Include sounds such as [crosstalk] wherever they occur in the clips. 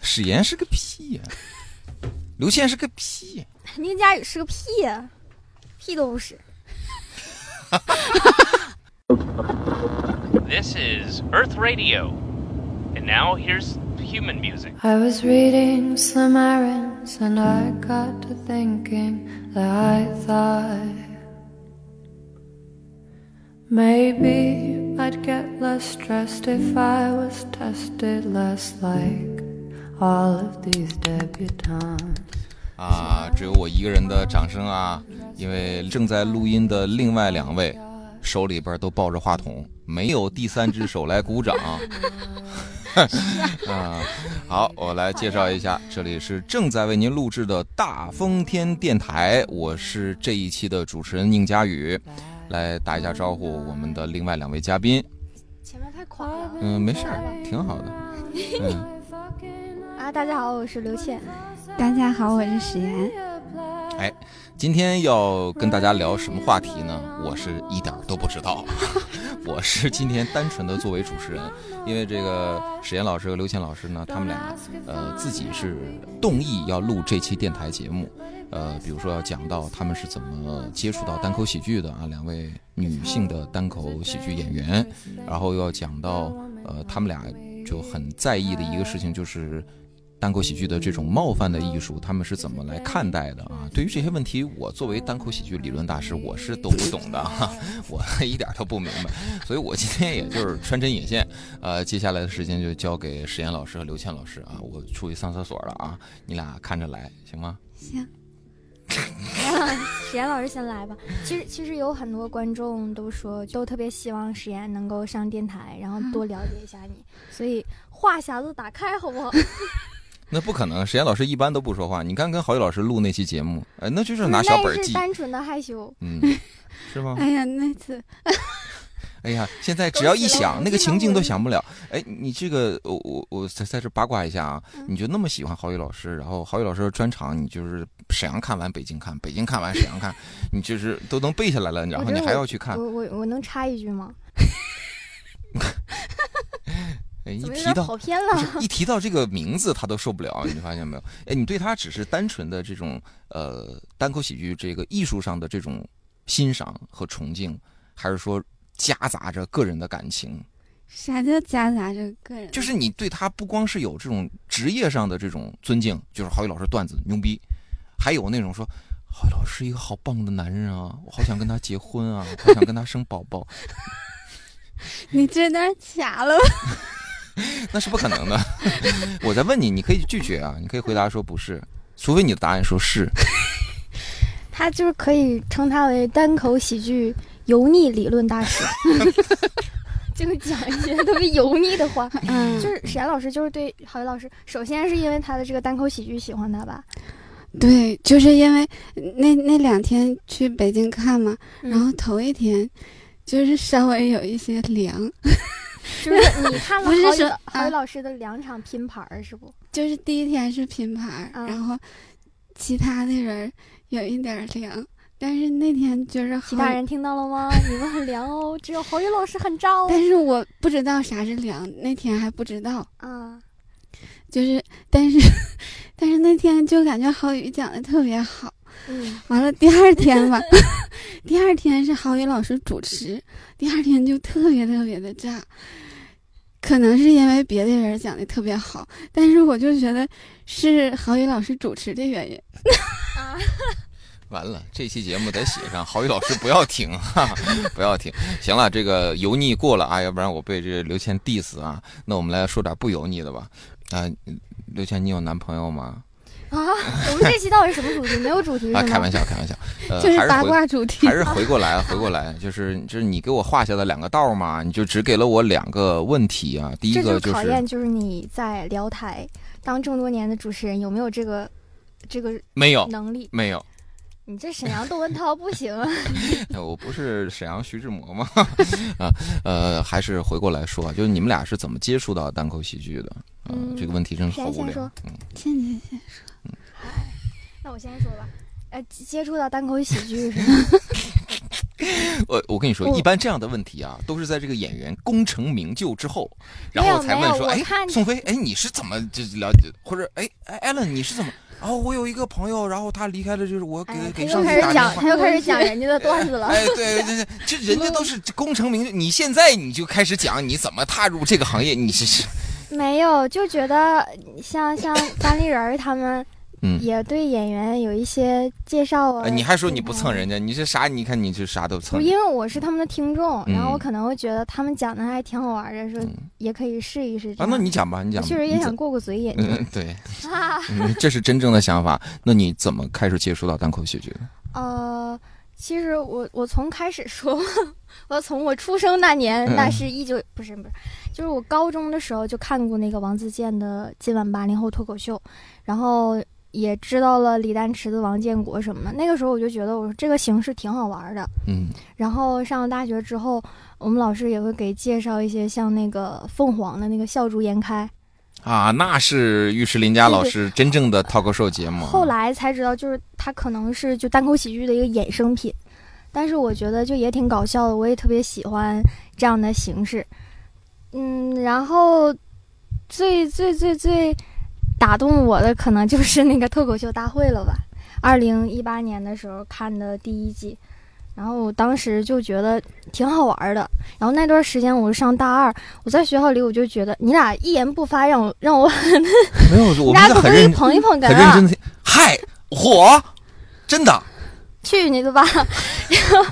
史岩是个屁呀、刘倩是个屁呀、宁佳宇是个屁呀、屁都不是。 This is Earth Radio. And now here's human music. I was reading Slim Errands and I got to thinking that I thought maybe I'd get less stressed if I was tested less like all of these debutantes. 啊，只有我一个人的掌声啊！因为正在录音的另外两位手里边都抱着话筒，没有第三只手来鼓掌。 [laughs] 啊，好，我来介绍一下，这里是正在为您录制的大风天电台，我是这一期的主持人宁佳宇，来打一下招呼我们的另外两位嘉宾。前面太垮了嗯、没事儿，挺好的。嗯，啊！大家好，我是刘倩。大家好，我是史岩。哎，今天要跟大家聊什么话题呢？我是一点儿都不知道，我是今天单纯的作为主持人，因为这个史岩老师和刘倩老师呢，他们俩呃自己是动议要录这期电台节目，呃，比如说要讲到他们是怎么接触到单口喜剧的啊，两位女性的单口喜剧演员，然后又要讲到呃他们俩就很在意的一个事情就是。单口喜剧的这种冒犯的艺术，他们是怎么来看待的啊？对于这些问题，我作为单口喜剧理论大师，我是都不懂的哈、 [laughs] 我一点都不明白，所以我今天也就是穿针引线。呃，接下来的时间就交给石岩老师和刘倩老师啊，我出去上厕所了啊，你俩看着来行吗？行，史岩老师先来吧。其实其实有很多观众都说，都特别希望史岩能够上电台，然后多了解一下你。 [laughs] 所以话匣子打开，好不好？那不可能，石岩老师一般都不说话。你看跟郝宇老师录那期节目，呃，那就是 [laughs] 拿小本儿那记是，单纯的害羞。嗯， [laughs] 是吗？哎呀，那次哎呀，现在只要一想，都起了那个情境都想不了。哎，你这个，我我我在在这八卦一下啊，嗯你就那么喜欢郝宇老师，然后郝宇老师的专场，你就是沈阳看完北京看，北京看完沈阳看，你就是都能背下来了，然后我觉你得还要去看我。我我能插一句吗？哎，一怎么有提点到跑偏不了？是啊一提到这个名字，他都受不 [laughs] 了，你发现没有？哎，你对他只是单纯的这种呃单口喜剧这个艺术上的这种欣赏和崇敬，还是说夹杂着个人的感情？啥叫夹杂着个人？就是你对他不光是有这种职业上的这种尊敬，就是郝宇老师段子牛逼，还有那种说郝宇老师是一个好棒的男人啊，我好想跟他结婚啊，我好想跟他生宝宝，你这段卡了吧？ [laughs] 那是不可能的。我在问你，你可以拒绝啊，你可以回答说不是，除非你的答案说是。他就是可以称他为单口喜剧油腻理论大 [laughs] 师，就是讲一些特别油腻的话。嗯，就是史岩老师，就是对郝宇老师，首先是因为他的这个单口喜剧喜欢他吧，嗯对，就是因为那那两天去北京看嘛，嗯然后头一天就是稍微有一些凉， [laughs] 就是 [laughs] 你看了不是郝宇说老郝宇啊老师的两场拼盘儿是不？就是第一天是拼盘儿，嗯然后其他的人有一点儿凉，但是那天就是其好他人听到了 [laughs] 吗？你们很凉哦，只有郝宇老师很渣哦。但是我不知道啥是凉，那天还不知道。啊，就是，但是， [laughs] 但是那天就感觉郝宇讲的特别好。嗯，完了，第二天吧， [laughs] 第二天是郝宇老师主持，第二天就特别特别的炸。可能是因为别的人讲的特别好，但是我就觉得是郝宇老师主持的原因。 [laughs] 完了，这期节目得写上，郝宇老师不要停哈、 [laughs] 不要停。行了，这个油腻过了啊，要不然我被这刘倩 diss 啊。那我们来说点不油腻的吧。啊、刘倩，你有男朋友吗？啊，我们这期到底什么主题？没有主题啊，是开吗玩？笑，开 [laughs] 玩笑。呃，就是还是八回卦主题还，是回过来，回过来，就是就是你给我画下的两个道嘛，你就只给了我两个问题啊。第一这个就是就考是验，就是你在聊台当这么多年的主持人，有没有这个这个没有，能力？没有，你这沈阳窦文涛不 [laughs] 行啊！哎我不是沈阳徐志摩吗？ [laughs] 啊，呃，还是回过来说啊，就是你们俩是怎么接触到单口喜剧的？啊嗯这个问题真是好谁先无聊说。嗯，倩倩先那我先说吧，呃，接接触到单口喜剧是吗？我我跟你说，我一般这样的问题啊，都是在这个演员功成名就之后，然没有后才问没有说，我哎，看宋飞，哎，你是怎么就了解，或者哎，哎，艾伦，你是怎么？哦，我有一个朋友，然后他离开了，就是我给、哎，他给又上司开始打电讲，话。他又开始讲人家的段子了。哎，对对对，这人家都是功成名就，你现在你就开始讲你怎么踏入这个行业，你是 [laughs] 是 [laughs] 没有，就觉得像像班丽人儿他们嗯也对演员有一些介绍啊。哎，你还说你不蹭人家，你这啥？你看你这啥都不蹭是。因为我是他们的听众，嗯然后我可能会觉得他们讲的还挺好玩的，说嗯也可以试一试这啊，样。那你讲吧，你我讲吧。确实也你想怎。过过嘴瘾嗯， [laughs] 对，啊。嗯这是真正的想法。那你怎么开始接触到单口喜剧的？呃，其实我我从开始说，我从我出生那年，那嗯是一九不是不是，就是我高中的时候就看过那个王自健的《今晚八零后脱口秀》，然后也知道了李丹池子、王建国什么的。那个时候我就觉得，我说这个形式挺好玩儿的。嗯然后上了大学之后，我们老师也会给介绍一些像那个凤凰的那个《笑逐颜开啊，那是尉迟林佳老师真正的 talk show 节》，目啊。后来才知道，就是它可能是就单口喜剧的一个衍生品。但是我觉得就也挺搞笑的，我也特别喜欢这样的形式。嗯，然后最最最最打动我的可能就是那个脱口秀大会了吧，二零一八年的时候看的第一季，然后我当时就觉得挺好玩的。然后那段时间我是上大二，我在学校里我就觉得你俩一言不发，让我让我没有，我你们俩是可不很可以认捧一捧哏很认啊真？的。嗨，火，真的。去你的吧！ [laughs] 然后，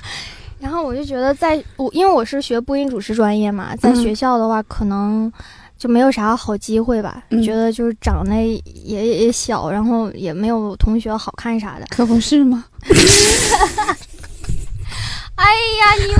然后我就觉得在，我因为我是学播音主持专业嘛，在嗯学校的话，可能就没有啥好机会吧。嗯觉得就是长得也也也小，然后也没有同学好看啥的。可不是吗？哎呀，你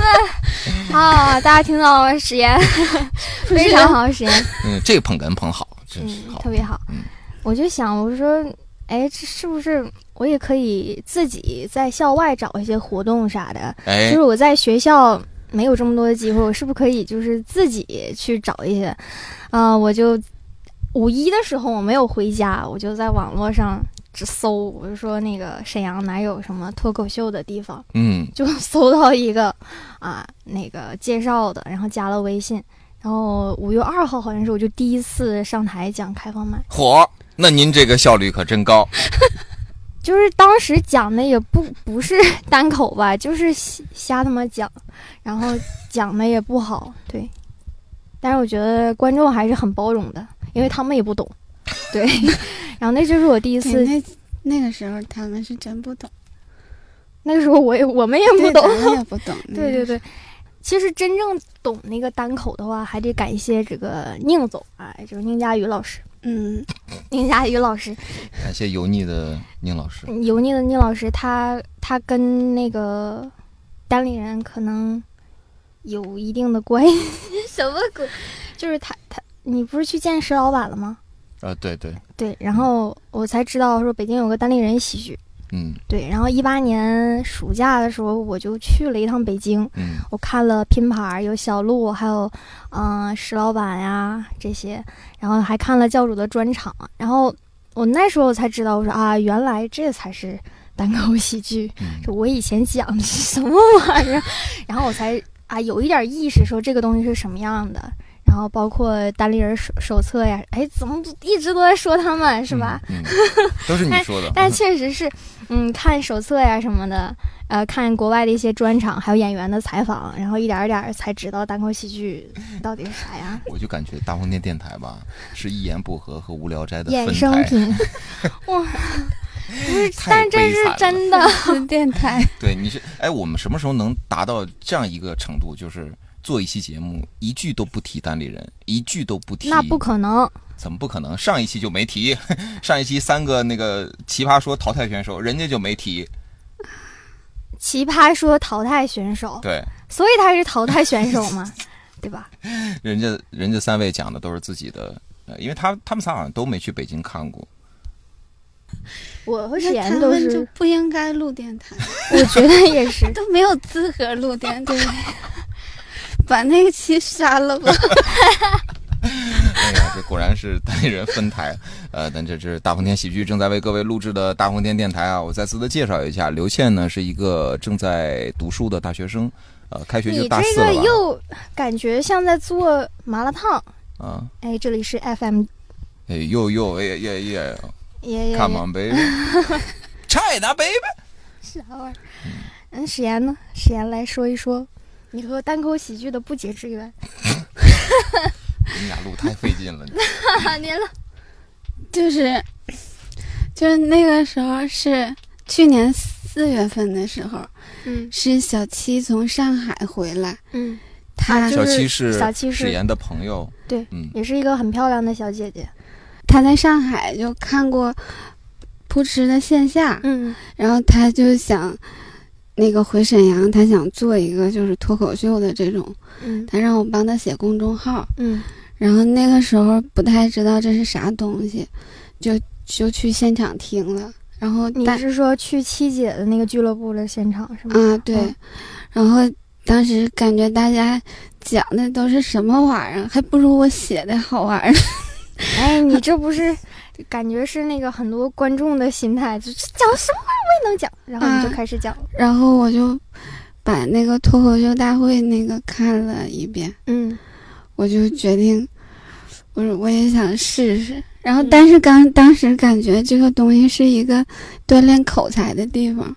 们啊，大家听到了吗？实 [laughs] 验嗯是非常好，实验嗯，这个捧哏捧好，真是嗯好特。别好嗯。我就想，我说，哎，这是不是我也可以自己在校外找一些活动啥的？哎就，是我在学校没有这么多的机会，我是不是可以就是自己去找一些？啊、我就五一的时候我没有回家，我就在网络上只搜，我就说那个沈阳哪有什么脱口秀的地方，嗯，就 [laughs] 搜到一个啊那个介绍的，然后加了微信。然后五月二号好像是我就第一次上台讲开放麦，火。那您这个效率可真高。就是当时讲的也不不是 [laughs] 单口吧，就是瞎瞎他妈讲，然后讲的也不好，对。但是我觉得观众还是很包容的，因为他们也不懂，对。 [laughs] 然后那就是我第一对，次，那那个时候他们是真不懂，那个时候我也我们也不对懂，咱们也不懂。 [laughs] 对对对。其实真正懂那个单口的话，还得感谢这个宁总啊，就是宁佳宇老师，嗯，宁佳宇老师感谢油腻的宁老师。油腻的聂老师，他他跟那个单立人可能有一定的关系。 [laughs] 什么鬼？就是他他，你不是去见石老板了吗？啊，对对，对，然后我才知道说北京有个单立人喜剧。嗯对，然后一八年暑假的时候，我就去了一趟北京，嗯我看了拼盘儿，有小鹿，还有嗯、呃石老板呀这些，然后还看了教主的专场，然后我那时候才知道，我说啊，原来这才是单口喜剧，嗯这我以前讲的是什么玩意儿， [laughs] 然后我才啊有一点意识，说这个东西是什么样的。然后包括单立人手手册呀，哎，怎么一直都在说他们是吧？？嗯，都 [laughs] 是你说的。但确实是，嗯，看手册呀什么的，呃，看国外的一些专场，还有演员的采访，然后一点儿一点儿才知道单口喜剧嗯到底是啥呀， [laughs] 我就感觉大风电电台吧，是一言不合和无聊斋的衍分生台。品。 [laughs] [laughs] 哇，不是，太但这悲是惨真 [laughs] 的。[laughs] 是嗯电台。对，你是哎，我们什么时候能达到这样一个程度？就是做一期节目，一句都不提单立人，一句都不提，那不可能，怎么不可能？上一期就没提， [laughs] 上一期三个那个奇葩说淘汰选手，人家就没提。奇葩说淘汰选手，对，所以他是淘汰选手 [laughs] 嘛，对吧？人家人家三位讲的都是自己的，呃，因为他他们仨好像都没去北京看过。我和史那他岩都，们就是不应该录电台，。我觉得也是都没有资格录电 [laughs] 台。把那个期删了吧。哎呀，这这果然是单立人分台。呃，但这这是大风天喜剧正在为各位录制的大风天电台啊，我再次的介绍一下，刘倩呢是一个正在读书的大学生，呃，开 [laughs] 学就你大这四了个吧？又感觉像在做麻辣烫。啊，哎，这里是 FM，哎呦呦，哎呀呀呀也也，Come on [laughs] baby，China baby。啥玩意儿？嗯，史岩呢？史岩来说一说你和单口喜剧的不解之缘。你俩录太费 [laughs] 劲了，哈，您了，就是就是那个时候是去年四月份的时候，嗯是小七从上海回来，嗯，他、就小是七是小七是史岩的朋友，对嗯，也是一个很漂亮的小姐姐。他在上海就看过扑哧的线下，嗯然后他就想那个回沈阳，他想做一个就是脱口秀的这种，嗯他让我帮他写公众号，嗯然后那个时候不太知道这是啥东西，就就去现场听了，然后你但是说去七姐的那个俱乐部的现场是吗？啊对嗯，然后当时感觉大家讲的都是什么玩意儿，还不如我写的好玩儿。哎，你这不是感觉是那个很多观众的心态，就是讲什么话我也能讲，然后你就啊开始讲了。然后我就把那个脱口秀大会那个看了一遍，嗯我就决定，我说我也想试试。然后嗯，但是刚当时感觉这个东西是一个锻炼口才的地方，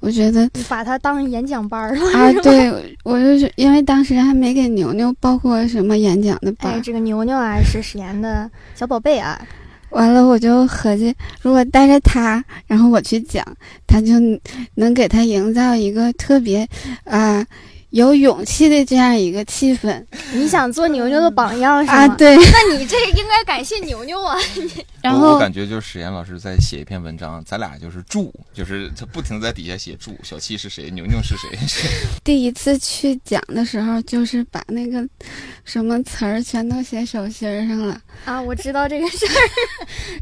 我觉 [laughs] 得你把它当演讲班儿了。啊，对我就是因为当时还没给牛牛报过什么演讲的班哎，儿，这个牛牛啊是史岩的小宝贝啊，完了我就合计，如果带着他，然后我去讲，他就能给他营造一个特别啊、有勇气的这样一个气氛你想做牛牛的榜样是吗？啊，对，那你这应该感谢牛牛啊。然我后我感觉就是史岩老师在写一篇文章，咱俩就是注，就是他不停地在底下写注，小七是谁，牛牛是谁， [laughs] 第一次去讲的时候，就是把那个什么词儿全都写手心儿上了， [laughs] 啊，我知道这个事儿。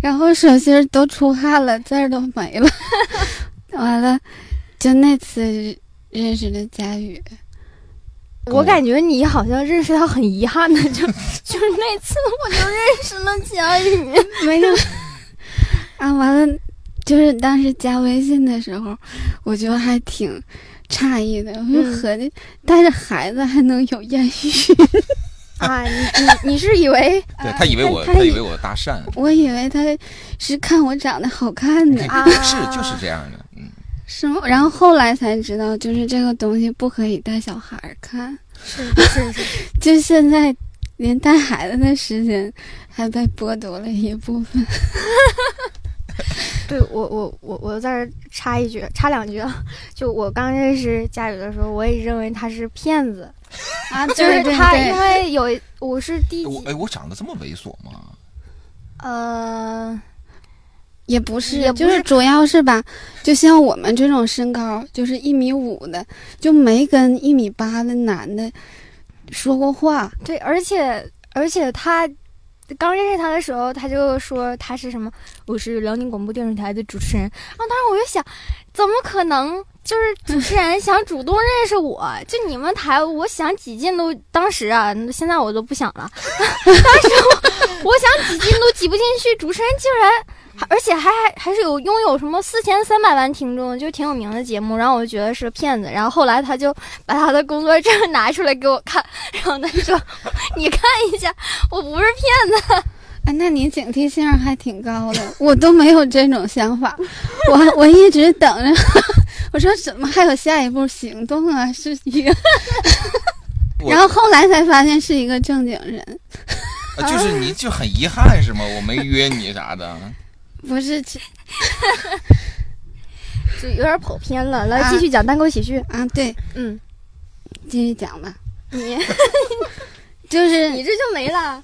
然后手心儿都出汗了，字儿都没了。 [laughs] 完了，就那次认识的佳宇，跟我 [laughs] 我感觉你好像认识他很遗憾的，就 [laughs] 就是那次我就认识了贾宇。没有 [laughs] 啊，完了，就是当时加微信的时候，我就还挺诧异的，我就嗯合计带着孩子还能有艳遇， [laughs] 啊，你你你是以为对他以为我他他以为我搭讪，我以为他是看我长得好 [laughs] 看的。啊是就是这样的，嗯，是吗？然后后来才知道，就是这个东西不可以带小孩儿看，是是是， [laughs] 就现在连带孩子的时间还被剥夺了一部分。对我我我我在这儿插一句，插两句啊。就我刚认识佳宇的时候，我也认为他是骗子， [laughs] 啊，就是他，因对为有一我是第我几哎我长得这么猥琐吗？呃也不是，也不就是主要是吧，就像我们这种身高就是一米五的，就没跟一米八的男的说过话。对，而且而且他刚认识他的时候，他就说他是什么，我是辽宁广播电视台的主持人。然后当时我就想，怎么可能？就是主持人想主动认识我，就你们台，我想挤进都，当时啊，现在我都不想了。 [laughs] 当时我我想挤进都挤不进去，主持人竟然。还而且还还还是有拥有什么四千三百万听众，就挺有名的节目，然后我就觉得是个骗子，然后后来他就把他的工作证拿出来给我看，然后他说：“ [laughs] 你看一下，我不是骗啊，那你警惕性还挺高的，我都没有这种想法，我我一直等着， [laughs] 我说怎么还有下一步行动啊？是 [laughs] 一个，我然后后来才发现是一个正经人，啊就是你就很遗憾是吗？我没约你啥 [laughs] 的，不是其子，就有点跑偏了。”来，啊继续讲单口喜剧。啊，对， [laughs] 嗯，继续讲吧，你就是你这就没了。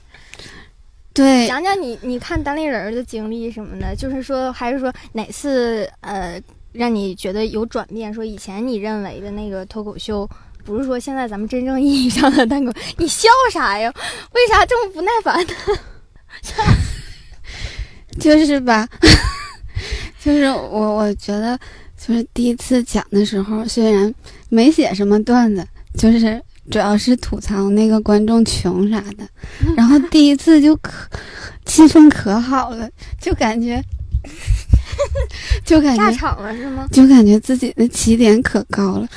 对讲讲你你看单立人儿的经历什么的，就是说还是说哪次呃让你觉得有转变？说以前你认为的那个脱口秀。不是说现在咱们真正意义上的单口，你笑啥呀？为啥这么不耐烦呢？ [laughs] 就是吧， [laughs] 就是我我觉得就是第一次讲的时候，虽然没写什么段子，就是主要是吐槽那个观众穷啥 [laughs] 的。然后第一次就可气氛可好了，就 [laughs] 感觉就感炸觉场了是吗？就感觉自己的起点可高 [laughs] 了。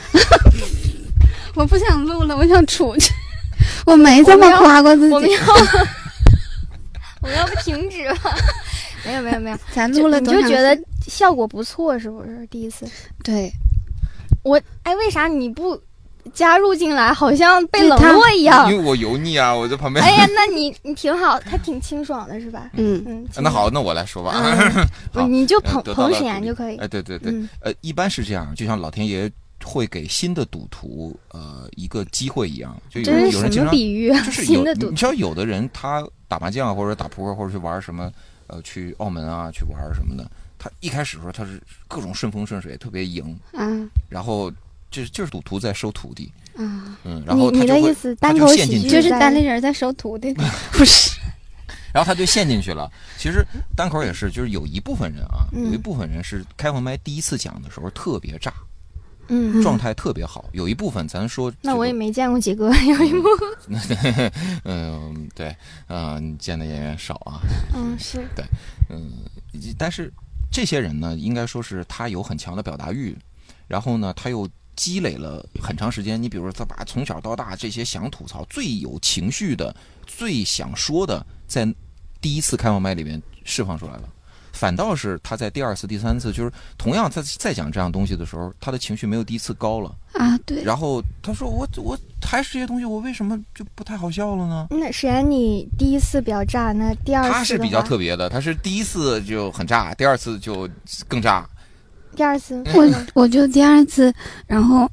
我不想录了，我想出去。 [laughs] 我没这么夸过自我们己，要 [laughs] 我们要不停止吧？ [laughs] 没有没有没有，咱录了你多就长觉时得效果不错是不是？第一次对，我哎，为啥你不加入进来？好像被对冷他落一样因。为我油腻啊，我在旁边。哎呀，那你你挺好，他挺清爽的是吧？嗯，嗯，啊那好，那我来说吧。嗯 [laughs] 好你就呃捧得到捧了沈鼓岩励就可以。哎，对对对，嗯，呃，一般是这样，就像老天爷会给新的赌徒呃一个机会一样，就有这有人是经什么常比喻啊？就是有新的赌你知道有的人他打麻将啊或者打扑克或者去玩什么，呃，去澳门啊去玩什么的，他一开始的时候他是各种顺风顺水，特别赢，啊然后就是就是赌徒在收徒弟，啊，嗯，然后你他你就的意会，思，他单就口陷喜进剧去就是在单立人在收徒弟，不是然后他就陷进去了。其实单口也是，就是有一部分人啊，嗯有一部分人是开放麦第一次讲的时候特别炸， [laughs] 嗯，状态特别好，有一部分咱说那这我个也没见过几个， [laughs] 有一幕， [laughs] 嗯，对，嗯、你见的演员少啊，嗯，是嗯，以及但是这些人呢，应该说是他有很强的表达欲，然后呢，他又积累了很长时间。你比如说，他把从小到大这些想吐槽、最有情绪的、最想说的，在第一次开放麦里面释放出来了。反倒是他在第二次、第三次，就是同样在在讲这样东西的时候，他的情绪没有第一次高了。啊，对，然后他说：“我我还是这些东西，我为什么就不太好笑了呢？”那沈岩，你第一次比较炸，那第二次他是啊的比较话特别的，他是第一次就很炸，第二次就更炸。第二次嗯我 [laughs] 我就第二次，然后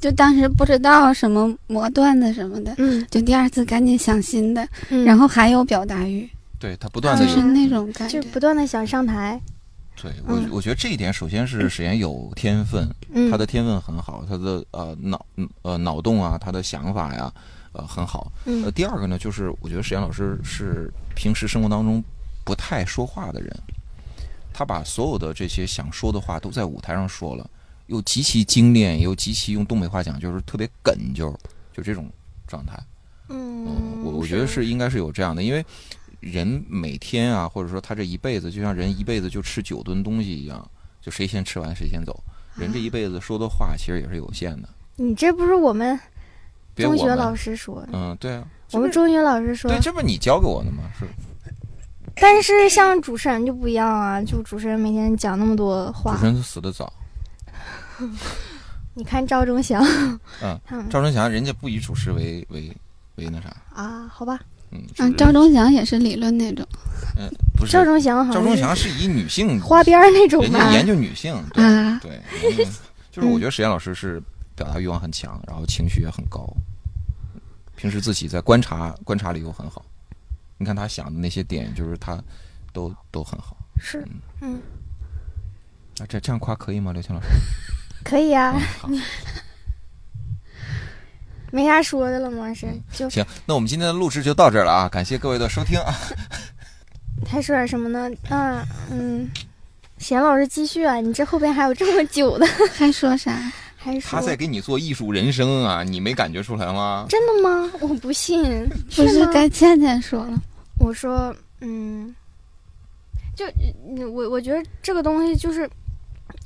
就当时不知道什么磨段子什么的，嗯，就第二次赶紧想新的，嗯然后还有表达欲，对他不断的就有是那种感觉嗯就。不断的想上台，对我，我觉得这一点首先是史岩有天分，嗯，他的天分很好，他的呃脑呃脑洞啊，他的想法呀，呃很好。呃，嗯第二个呢，就是我觉得史岩老师是平时生活当中不太说话的人，他把所有的这些想说的话都在舞台上说了，又极其精炼，又极其用东北话讲就是特别哏啾，就这种状态。嗯，嗯，我我觉得是应该是有这样的，因为人每天啊，或者说他这一辈子，就像人一辈子就吃九吨东西一样，就谁先吃完谁先走。人这一辈子说的话其实也是有限的，嗯你这不是我们别中我学老们，师说的，嗯，对啊，我们中学老师说对，，这不是你教给我的吗？是但是像主持人就不一样啊，就主持人每天讲那么多主话持，人死的早，你看赵忠祥，嗯赵忠祥人家不以主持为为为那啥，啊，好吧，嗯，嗯，是赵忠祥也是理论那种不是赵忠祥好赵像忠是祥是以女性，花边儿那种人吧家，研究女性，对 [laughs] 啊，对，人家就是我觉得实验老师是表达欲望很强，然后情绪也很高，平时自己在观察观察力又很好。你看他想的那些点，就是他都都很好。是，嗯，啊，这这样夸可以吗，刘谦老师？可以啊嗯，好， [laughs] 没啥说的了吗？是，嗯就行，那我们今天的录制就到这儿了啊！感谢各位的收听啊！还说点什么呢？啊，嗯，贤老师继续啊，你这后边还有这么久的，还说啥？还说他在给你做艺术人生啊，你没感觉出来吗？真的吗？我 [laughs] 不信，不 [laughs] 是吗该倩倩说了，我说，嗯，就嗯我我觉得这个东西就是，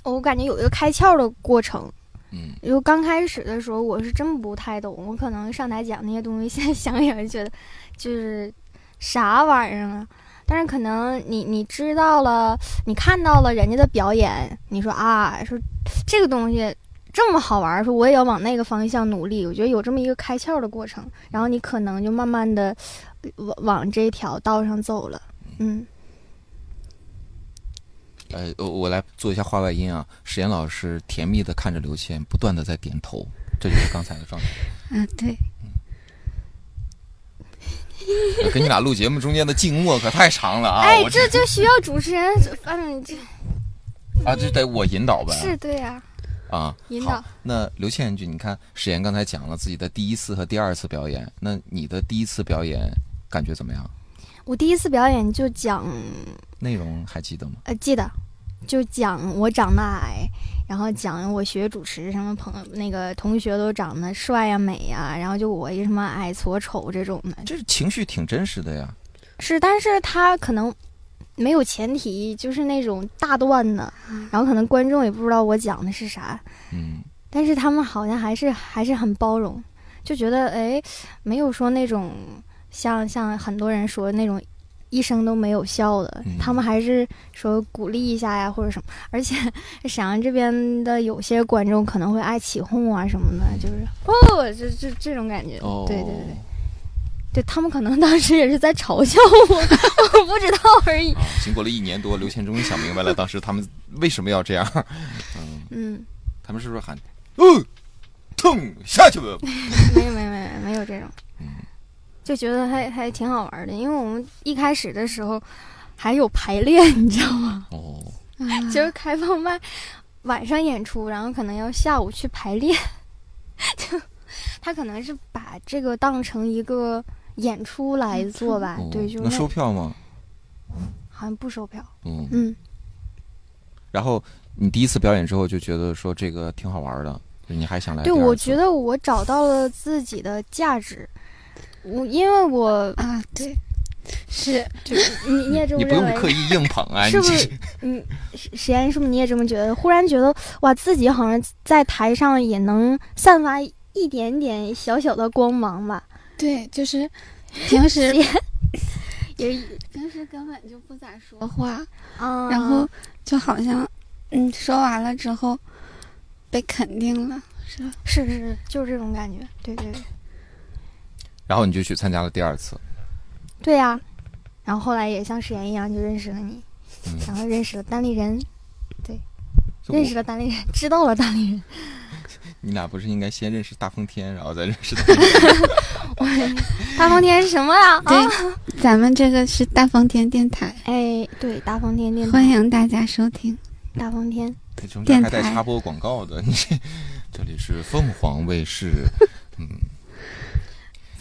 我感觉有一个开窍的过程。嗯，因为刚开始的时候，我是真不太懂，我可能上台讲那些东西，现在想想就觉得就是啥玩意儿啊。但是可能你你知道了，你看到了人家的表演，你说啊，说这个东西这么好玩儿，说我也要往那个方向努力。我觉得有这么一个开窍的过程，然后你可能就慢慢的往往这条道上走了。嗯，呃，我我来做一下话外音啊。实验老师甜蜜的看着刘谦，不断的在点头，这就是刚才的 [laughs] 状态。啊， [laughs] 对，呃跟你俩录节目中间的静默可太长了啊！哎我，这就需要主持人，嗯， [laughs] 这啊，这得我引导呗。是对呀、啊，引好导。那刘倩君，你看史岩刚才讲了自己的第一次和第二次表演，那你的第一次表演感觉怎么样？我第一次表演就讲，内容还记得吗？呃，记得就讲我长得矮，然后讲我学主持什么朋友那个同学都长得帅呀、美呀、然后就我一什么矮矬丑这种的，这情绪挺真实的呀。是，但是他可能没有前提，就是那种大段子，然后可能观众也不知道我讲的是啥，嗯，但是他们好像还是还是很包容，就觉得哎，没有说那种像像很多人说那种一声都没有笑的，嗯他们还是说鼓励一下呀或者什么。而且沈阳这边的有些观众可能会爱起哄啊什么的，就是哦，这这这种感觉，哦，对对对。对他们可能当时也是在嘲笑我， [laughs] 我不知道而已。啊，经过了一年多，刘谦终于想明白了，当时他们为什么要这样。 [laughs] 嗯，嗯，他们是不是喊，嗯，痛下 [laughs] 去吧？没有没有没有没有这种嗯，就觉得还还挺好玩的。因为我们一开始的时候还有排练， [laughs] 你知道吗？哦，啊就是开放麦晚上演出，然后可能要下午去排练， [laughs] 就他可能是把这个当成一个演出来做吧。哦啊对，就是能收票吗？好像不收票。嗯，嗯，然后你第一次表演之后就觉得说这个挺好玩的，你还想来哎第对，二次？我觉得我找到了自己的价值。我因为我啊，对，是你你也这么你不用认为刻意硬捧 [laughs] 啊，是你不这是实验是不是你也这么觉得？忽然觉得哇，自己好像在台上也能散发一点点小小的光芒吧。对，就是平时也也平时根本就不咋说话，啊，然后就好像嗯说完了之后被肯定了，是吧？是是是，就是这种感觉。对对对，然后你就去参加了第二次。对呀、然后后来也像实验一样，就认识了你，嗯然后认识了单立人，就认我识了单立人，知道了单立人。你俩不是应该先认识大风天，然后再认识他？大风天是什么呀？啊，对， [laughs] 咱们这个是大风天电台，哎，对，大风天电欢台，迎大家收听。大风天。你 [laughs] 中间电还带台插播广告的，你这这里是凤凰卫视，嗯，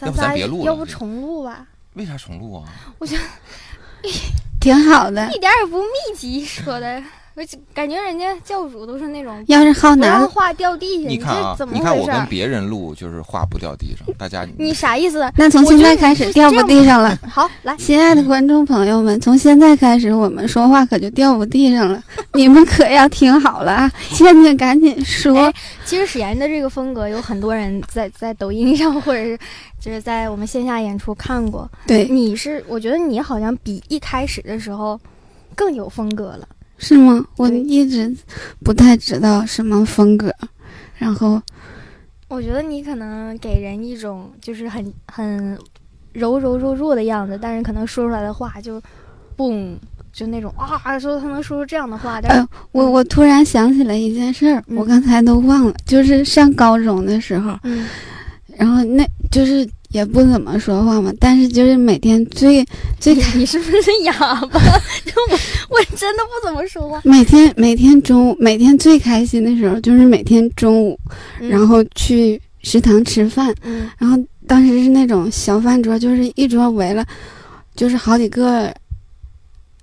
要咱不咱仨别录了要不这个重录吧？为啥重录啊？挺好的一。点儿也不密集，说的，而且感觉人家教主都是那种要是浩不让南，话掉地下，你看啊这怎，么你看回我事跟儿？别人录就是话不掉地上，大家你啥意思？那从我现觉在得开你始是掉这不样 [laughs] 地上了。好，来，亲爱的观众朋友们，从现在开始，我们说话可就掉不地上 [laughs] 了，你们可要听好了啊！倩倩，赶紧说哎，其实史岩的这个风格有很多人在在抖音上或者是就是在我们线下演出看过。对，你是，我觉得你好像比一开始的时候更有风格了。是吗？我对一直不太知道什么风格，然后我觉得你可能给人一种就是很很柔柔弱弱的样子，但是可能说出来的话就嘣，就那种啊，说他能说出这样的话，但是呃我我突然想起了一件事儿，嗯我刚才都忘了，就是上高中的时候，嗯然后那就是也不怎么说话嘛，但是就是每天最最开你是不是哑巴？ [laughs] 就我我真的不怎么说话。每天每天中午每天最开心的时候就是每天中午，然后去食堂吃饭，嗯然后当时是那种小饭桌，就是一桌围了，就是好几个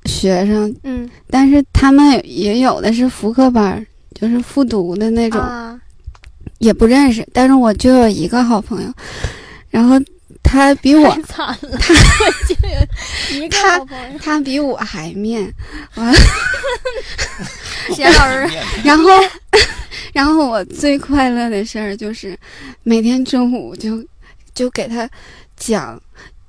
学生，嗯但是他们也有的是副科班儿，就是复读的那 [laughs] 种，啊，也不认识，但是我就有一个好朋友，然后他比我太惨了，我就有一个他好朋友， [laughs] 他比我还面，贤老师，面然后， [laughs] 然后我最快乐的事儿就是，每天中午就就给他讲，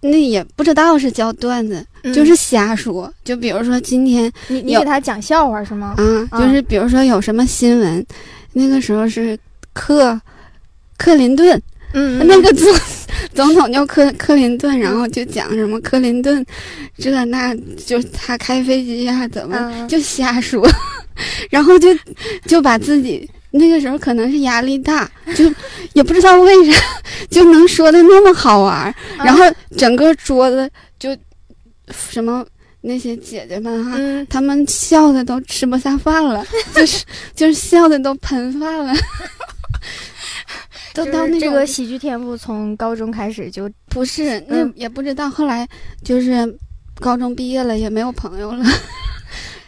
那也不知道是教段子，嗯就是瞎说。就比如说今天你你有给他讲笑话是吗？啊，啊就是比如说有什么新闻，那个时候是克克林顿，嗯那个总 [laughs] 总统叫克克林顿，然后就讲什么克林顿这那，就他开飞机呀、怎么嗯就瞎说， [laughs] 然后就就把自己那个时候可能是压力大， [laughs] 就也不知道为啥 [laughs] 就能说的那么好玩儿，嗯啊然后整个桌子就什么那些姐姐们哈、嗯，她们笑的都吃不下饭 [laughs] 了，就是就是笑的都喷饭了， [laughs] 都就到是那这种个喜剧天赋从高中开始就不是，那嗯 [laughs] 也不知道。后来就是高中毕业了，也没有朋友了，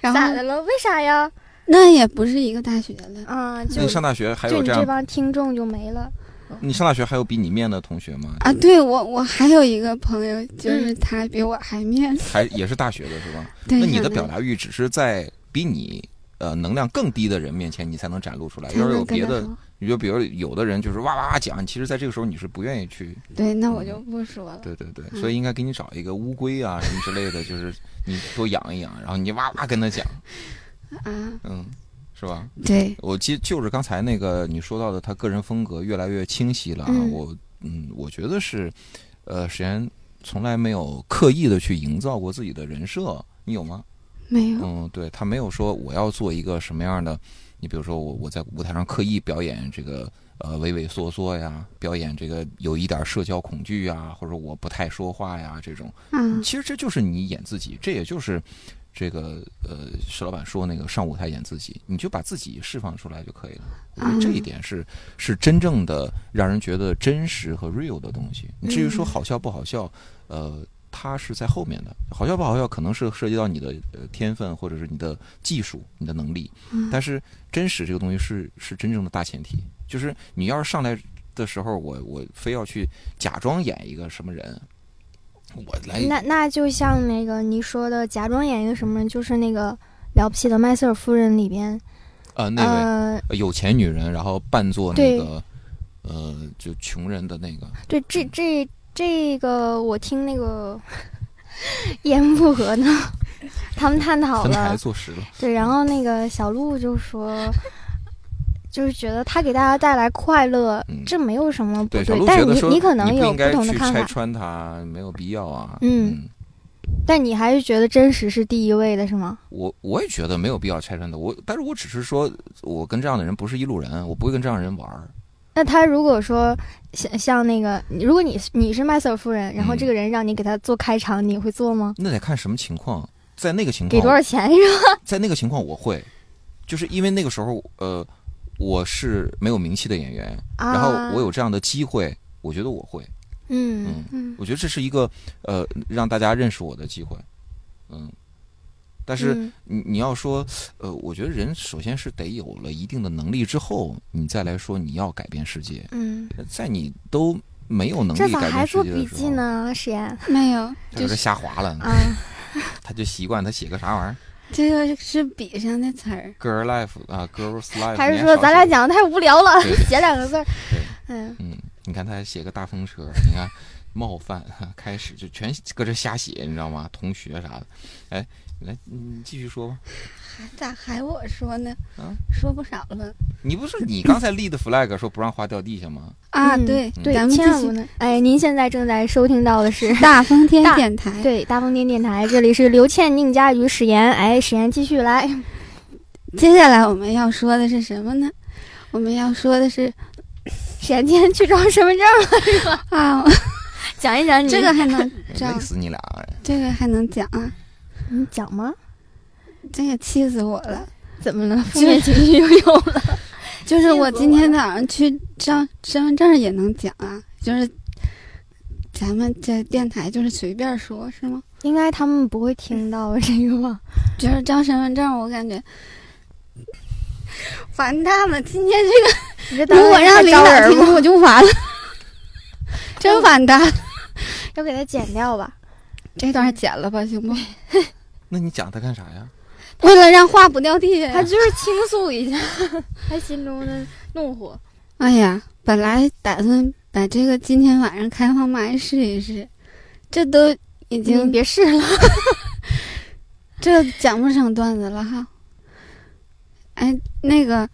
然咋后的了？为啥呀？那也不是一个大学了，啊，就那你上大学还就有你这这样？帮听众就没了。你上大学还有比你面的同学吗？啊，对我我还有一个朋友，嗯就是他比我还面，还也是大学的是吧？对，那你的可能表达欲只是在比你呃能量更低的人面前，你才能展露出来。才要是有能跟别他的，说你就比如有的人就是哇哇哇讲，其实在这个时候你是不愿意去。对，那我就不说了。嗯对对对，嗯所以应该给你找一个乌龟啊什么之类的，就是你多养一养，然后你哇哇跟他讲，啊，嗯，是吧？对，我记就是刚才那个你说到的，他个人风格越来越清晰了啊。嗯我嗯，我觉得是，呃，史岩从来没有刻意的去营造过自己的人设，你有吗？没有，嗯，对他没有说我要做一个什么样的，你比如说我我在舞台上刻意表演这个呃畏畏缩缩呀，表演这个有一点社交恐惧呀，或者我不太说话呀这种，啊，其实这就是你演自己，这也就是这个呃，石老板说那个上舞台演自己，你就把自己释放出来就可以了。我觉得嗯这一点是是真正的让人觉得真实和 real 的东西。你至于说嗯好笑不好笑，呃，它是在后面的。好笑不好笑，可能是涉及到你的呃天分或者是你的技术、你的能力。嗯但是真实这个东西是是真正的大前提，就是你要是上来的时候，我我非要去假装演一个什么人，我来那那就像那个你说的，假装演一个什么人，就是那个了不起的麦瑟尔夫人里边，呃那位、呃，呃有钱女人，然后扮作那对个呃就穷人的那个，对，这这这个我听那个 [laughs] 一言不合呢，他们探讨分了台，坐实了。对，然后那个小鹿就说。就是觉得他给大家带来快乐，嗯这没有什么不对，小鹿但觉是得你说你可能不有应该同的去看拆法，穿它，没有必要啊。嗯但你还是觉得真实是第一位的，是吗？我我也觉得没有必要拆穿它。我但是我只是说，我跟这样的人不是一路人，我不会跟这样的人玩儿。那他如果说像像那个，如果你是你是麦瑟尔夫人，然后嗯这个人让你给他做开场，你会做吗？那得看什么情况，在那个情况给多少钱是吧？在那个情况我会，就是因为那个时候呃我是没有名气的演员，然后我有有这样的机会，我觉得我会，啊嗯嗯，嗯我觉得这是一个呃让大家认识我的机会，嗯。但是嗯你你要说，呃，我觉得人首先是得有了一定的能力之后，你再来说你要改变世界，嗯，在你都没有能这力咋改还变世做界的笔时记候，呢，实验啊没有，他就搁这是瞎划了呢，啊？ [laughs] 他就习惯他写个啥玩意儿这个是比上的词儿， ，girl life 啊，girls life，还你还是说少咱写俩讲的太无聊了对对，写两个字儿对？嗯，嗯，你看他还写个大风车，你看冒犯， [laughs] 开始就全搁这瞎写，你知道吗？同学啥的，哎，来，你继续说吧。咋还我说呢啊？说不少嗯了你不是你刚才立的 flag 说不让花掉地下吗？啊，嗯对嗯对咱，们继千万不续能。哎，您现在正在收听到 [laughs] 的是大风天大电台，对大风天电台，这里是刘倩、宁佳宇、史岩。哎，史岩继续来，接下来我们要说的是什么呢？我们要说的是史岩今天去找身份证了，啊，讲一讲你这个还能这哎啊累样，死你俩！哎这个还能讲啊， [laughs] 你讲吗？这个气死我了。怎么了？负面情绪又有了。就是我今天早上去照身份证也能讲啊，就是咱们这电台就是随便说，是吗？ [laughs] 应该他们不会听到这个 [laughs] 吧？就是照身份证，我感觉 [laughs] 完蛋了，今天这个你这如果让领领导导听听，了，我就完了， [laughs] 真完蛋了。要给他剪掉吧。这段剪了吧，行不？那你讲他干啥呀？为了让话不掉地他呀。啊就是倾诉一下他心中的怒火。哎呀，本来打算把这个今天晚上开放麦试一试，这都已你经别试了，这讲不成段子了哈。哎，那个，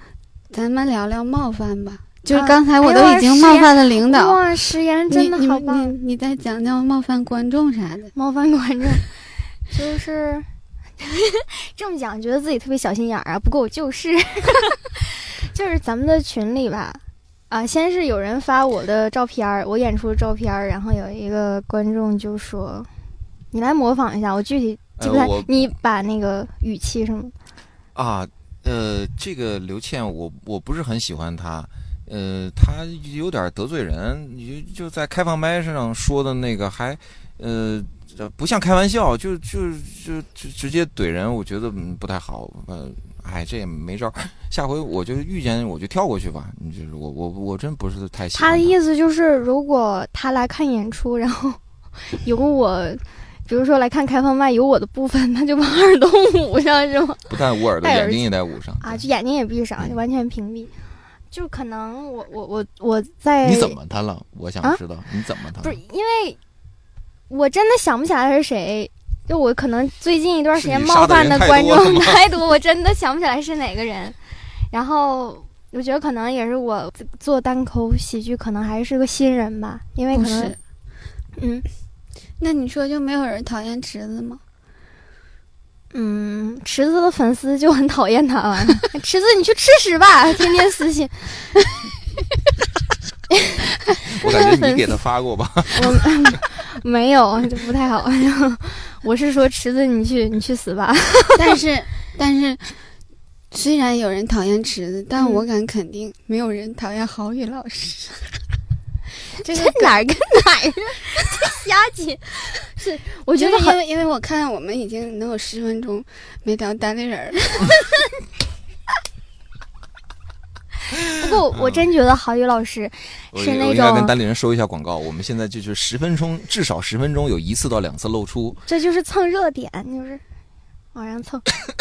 咱们聊聊冒犯吧。就是啊刚才我哎都呦已经冒犯了领导，哇， [laughs] 石岩啊哎你真你的好棒！你你再讲讲冒犯观众啥的。冒犯观众，就是 [laughs] 这么讲，觉得自己特别小心眼儿啊。不过我就是， [laughs] 就是咱们的群里吧，啊，先是有人发我的照片儿，我演出的照片儿，然后有一个观众就说：“你来模仿一下，我具体记呃，不太。我你把那个语气什么？啊，呃，这个刘倩，我我不是很喜欢她，呃，她有点得罪人，就就在开放麦上说的那个还，呃，这不像开玩笑，就就就就直接怼人，我觉得嗯不太好。呃，哎，这也没招儿，下回我就遇见我就跳过去吧。你就是我我我真不是太喜欢他的思意思就是，如果他来看演出，然后有我，比如说来看开放麦有我的部分，他就把耳朵捂上是吗？不但捂耳朵，戴眼耳睛机也得捂上啊，对就眼睛也闭上，嗯就完全屏蔽。就可能我我我我在你怎么他了？我想哎啊知道你怎么他不了是？因为我真的想不起来他是谁。就我可能最近一段时间冒犯是你杀观的人众太多了吗太多，我真的想不起来是哪个人。然后我觉得可能也是我做单口喜剧，可能还是个新人吧，因为不可能是？嗯那你说就没有人讨厌池 [laughs] 子吗？嗯，池子的粉丝就很讨厌他了。 [laughs] 池子，你去吃屎吧，天天私信我感觉你给他发过 [laughs] 吧。我嗯没有，这不太好。 [laughs] 我是说，池子，你去，你去死 [laughs] 吧。但是，但是，虽然有人讨厌池子，但嗯我敢肯定，没有人讨厌郝宇老师。这哪儿跟哪儿啊？这 [laughs] 瞎解。是，我我觉得因很为，因为我看我们已经能有十分钟没聊单立人了。不过我真觉得郝宇老师，我是那我应该种跟单立人收一下广告。我们现在就是十分钟，至少十分钟有一次到两次露出，这就是蹭热点，就是往上蹭， [laughs]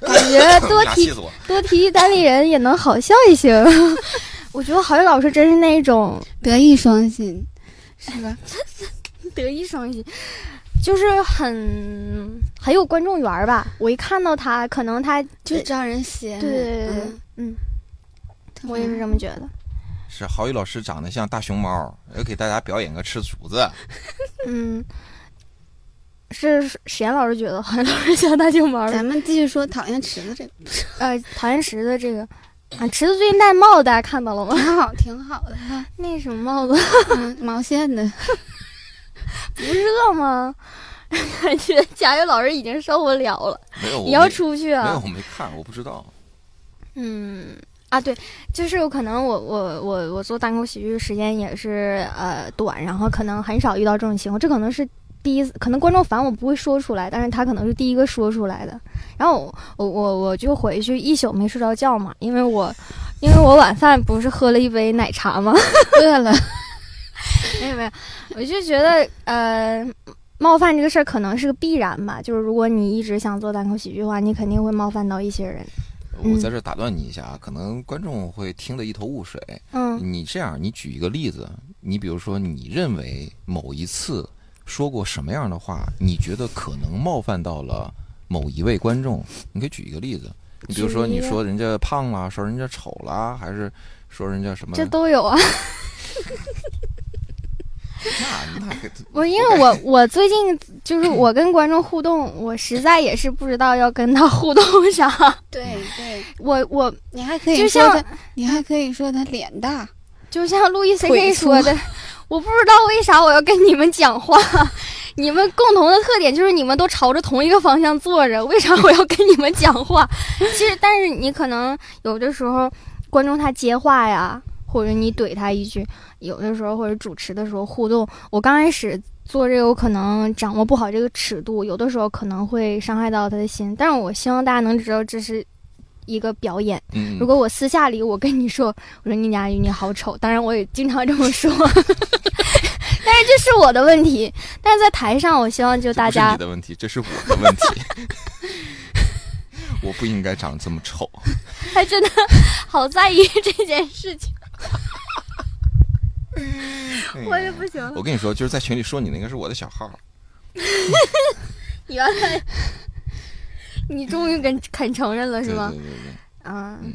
感觉多呀 [laughs] 提死我！多提一单立人也能好笑一些。 [laughs] 我觉得郝宇老师真是那种德艺双馨，是吧？德艺双馨，就是很很有观众缘儿吧。我一看到他，可能他就招人喜爱。对对对嗯，嗯，特别我也是这么觉得。是郝宇老师长得像大熊猫，要给大家表演个吃竹 [laughs] 子。嗯，是史岩老师觉得好像老师像大熊猫儿。咱们继续说讨厌池子这个，呃，讨厌池子这个啊，池子最近戴帽子，大家看到了吗？ [laughs] 挺好，挺好的哈。那什么帽子嗯，毛线的，不热吗？ [laughs] 感觉贾跃老师已经受不了了，没有，我也要没出去没有，啊我。没看，我不知道。嗯啊，对，就是有可能我我我我做单口喜剧时间也是呃短，然后可能很少遇到这种情况，这可能是。第一次，可能观众烦我不会说出来，但是他可能是第一个说出来的。然后我我我我就回去一宿没睡着觉嘛，因为我因为我晚饭不是喝了一杯奶茶吗？ [laughs] 饿了。没有没有，我就觉得呃，冒犯这个事儿可能是个必然吧。就是如果你一直想做单口喜剧的话，你肯定会冒犯到一些人。嗯我在这儿打断你一下啊，可能观众会听得一头雾水。嗯你这样，你举一个例子，你比如说，你认为某一次说过什么样的话，你觉得可能冒犯到了某一位观众，你可以举一个例子。你比如说，举一你个说人家胖啦，说人家丑啦，还是说人家什么？这都有啊。那那 [laughs] 个我因为我我最近就是我跟观众互动，我实在也是不知道要跟他互动啥。对对， [laughs] 我我嗯你还可以就说像他，你还可以说他脸大。就像路易 C 腿 K 粗说的， [laughs] 我不知道为啥我要跟你们讲话。 [laughs] 你们共同的特点就是你们都朝着同一个方向坐着，为啥我要跟你们讲 [laughs] 话？其实，但是你可能有的时候观众他接话呀，或者你怼他一句，有的时候或者主持的时候互动，我刚开始。做这个我可能掌握不好这个尺度，有的时候可能会伤害到他的心，但是我希望大家能知道这是一个表演，嗯，如果我私下里我跟你说， [laughs] 我说宁佳宇你好丑，当然我也经常这么说， [laughs] 但是这是我的问题。但是在台上，我希望就这大不是家你的问题，这是我的问题。 [laughs] 我不应该长得这么丑。还真的好在意这件事情，我也不行了。我跟你说，就是在群里说你那个是我的小号，原来你终于肯肯承认了对是对吗对？对，啊嗯，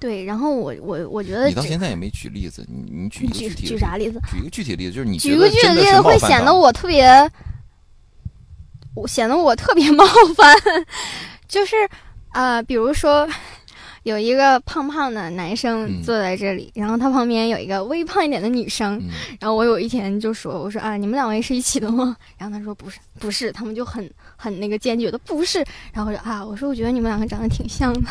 对。然后我我我觉得你到这现在也没举例子，你你举一你个举具体的举例啥例子？子？举一个具体的例子，就是你举觉个得具体真例是子冒会犯显到得你我特别，我显得我特别冒犯，就是呃，比如说有一个胖胖的男生嗯坐在这里，然后他旁边有一个微胖一点的女生，嗯然后我有一天就说，我说啊，你们两位是一起的吗？然后他说不是，不是，他们就很很那个坚决的不是，然后我说啊，我说我觉得你们两个长得挺像的，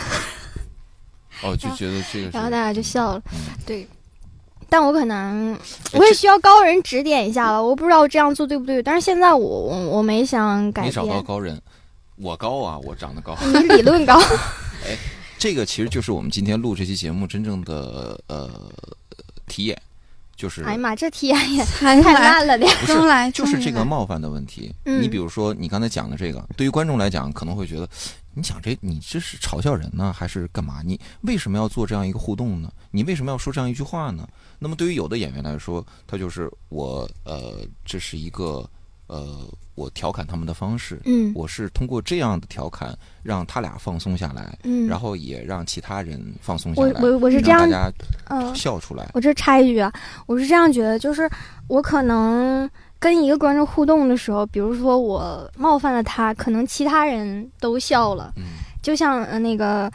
哦，就觉得这个是。然后大家就笑了，嗯对。但我可能哎我也需要高人指点一下嗯了，我不知道我这样做对不对。但是现在我我我没想改没找到变，嗯高人，我高啊，我长得高。你理 [laughs] 论高，这个其实就是我们今天录这期节目真正的呃体验，就是哎呀妈，这题眼也才太来，烂 [laughs] 了点。不是刚来，就是这终于个来冒犯的问题。嗯你比如说，你刚才讲的这个，对于观众来讲，可能会觉得，你想这你这是嘲笑人呢，还是干嘛？你为什么要做这样一个互动呢？你为什么要说这样一句话呢？那么对于有的演员来说，他就是我呃，这是一个呃，我调侃他们的方式，嗯我是通过这样的调侃让他俩放松下来，嗯，然后也让其他人放松下我来，我我是这让，样大嗯、家笑出来。我这插一句啊，我是这样觉得，就是我可能跟一个观众互动的时候，比如说我冒犯了他，可能其他人都笑了。嗯就像呃那个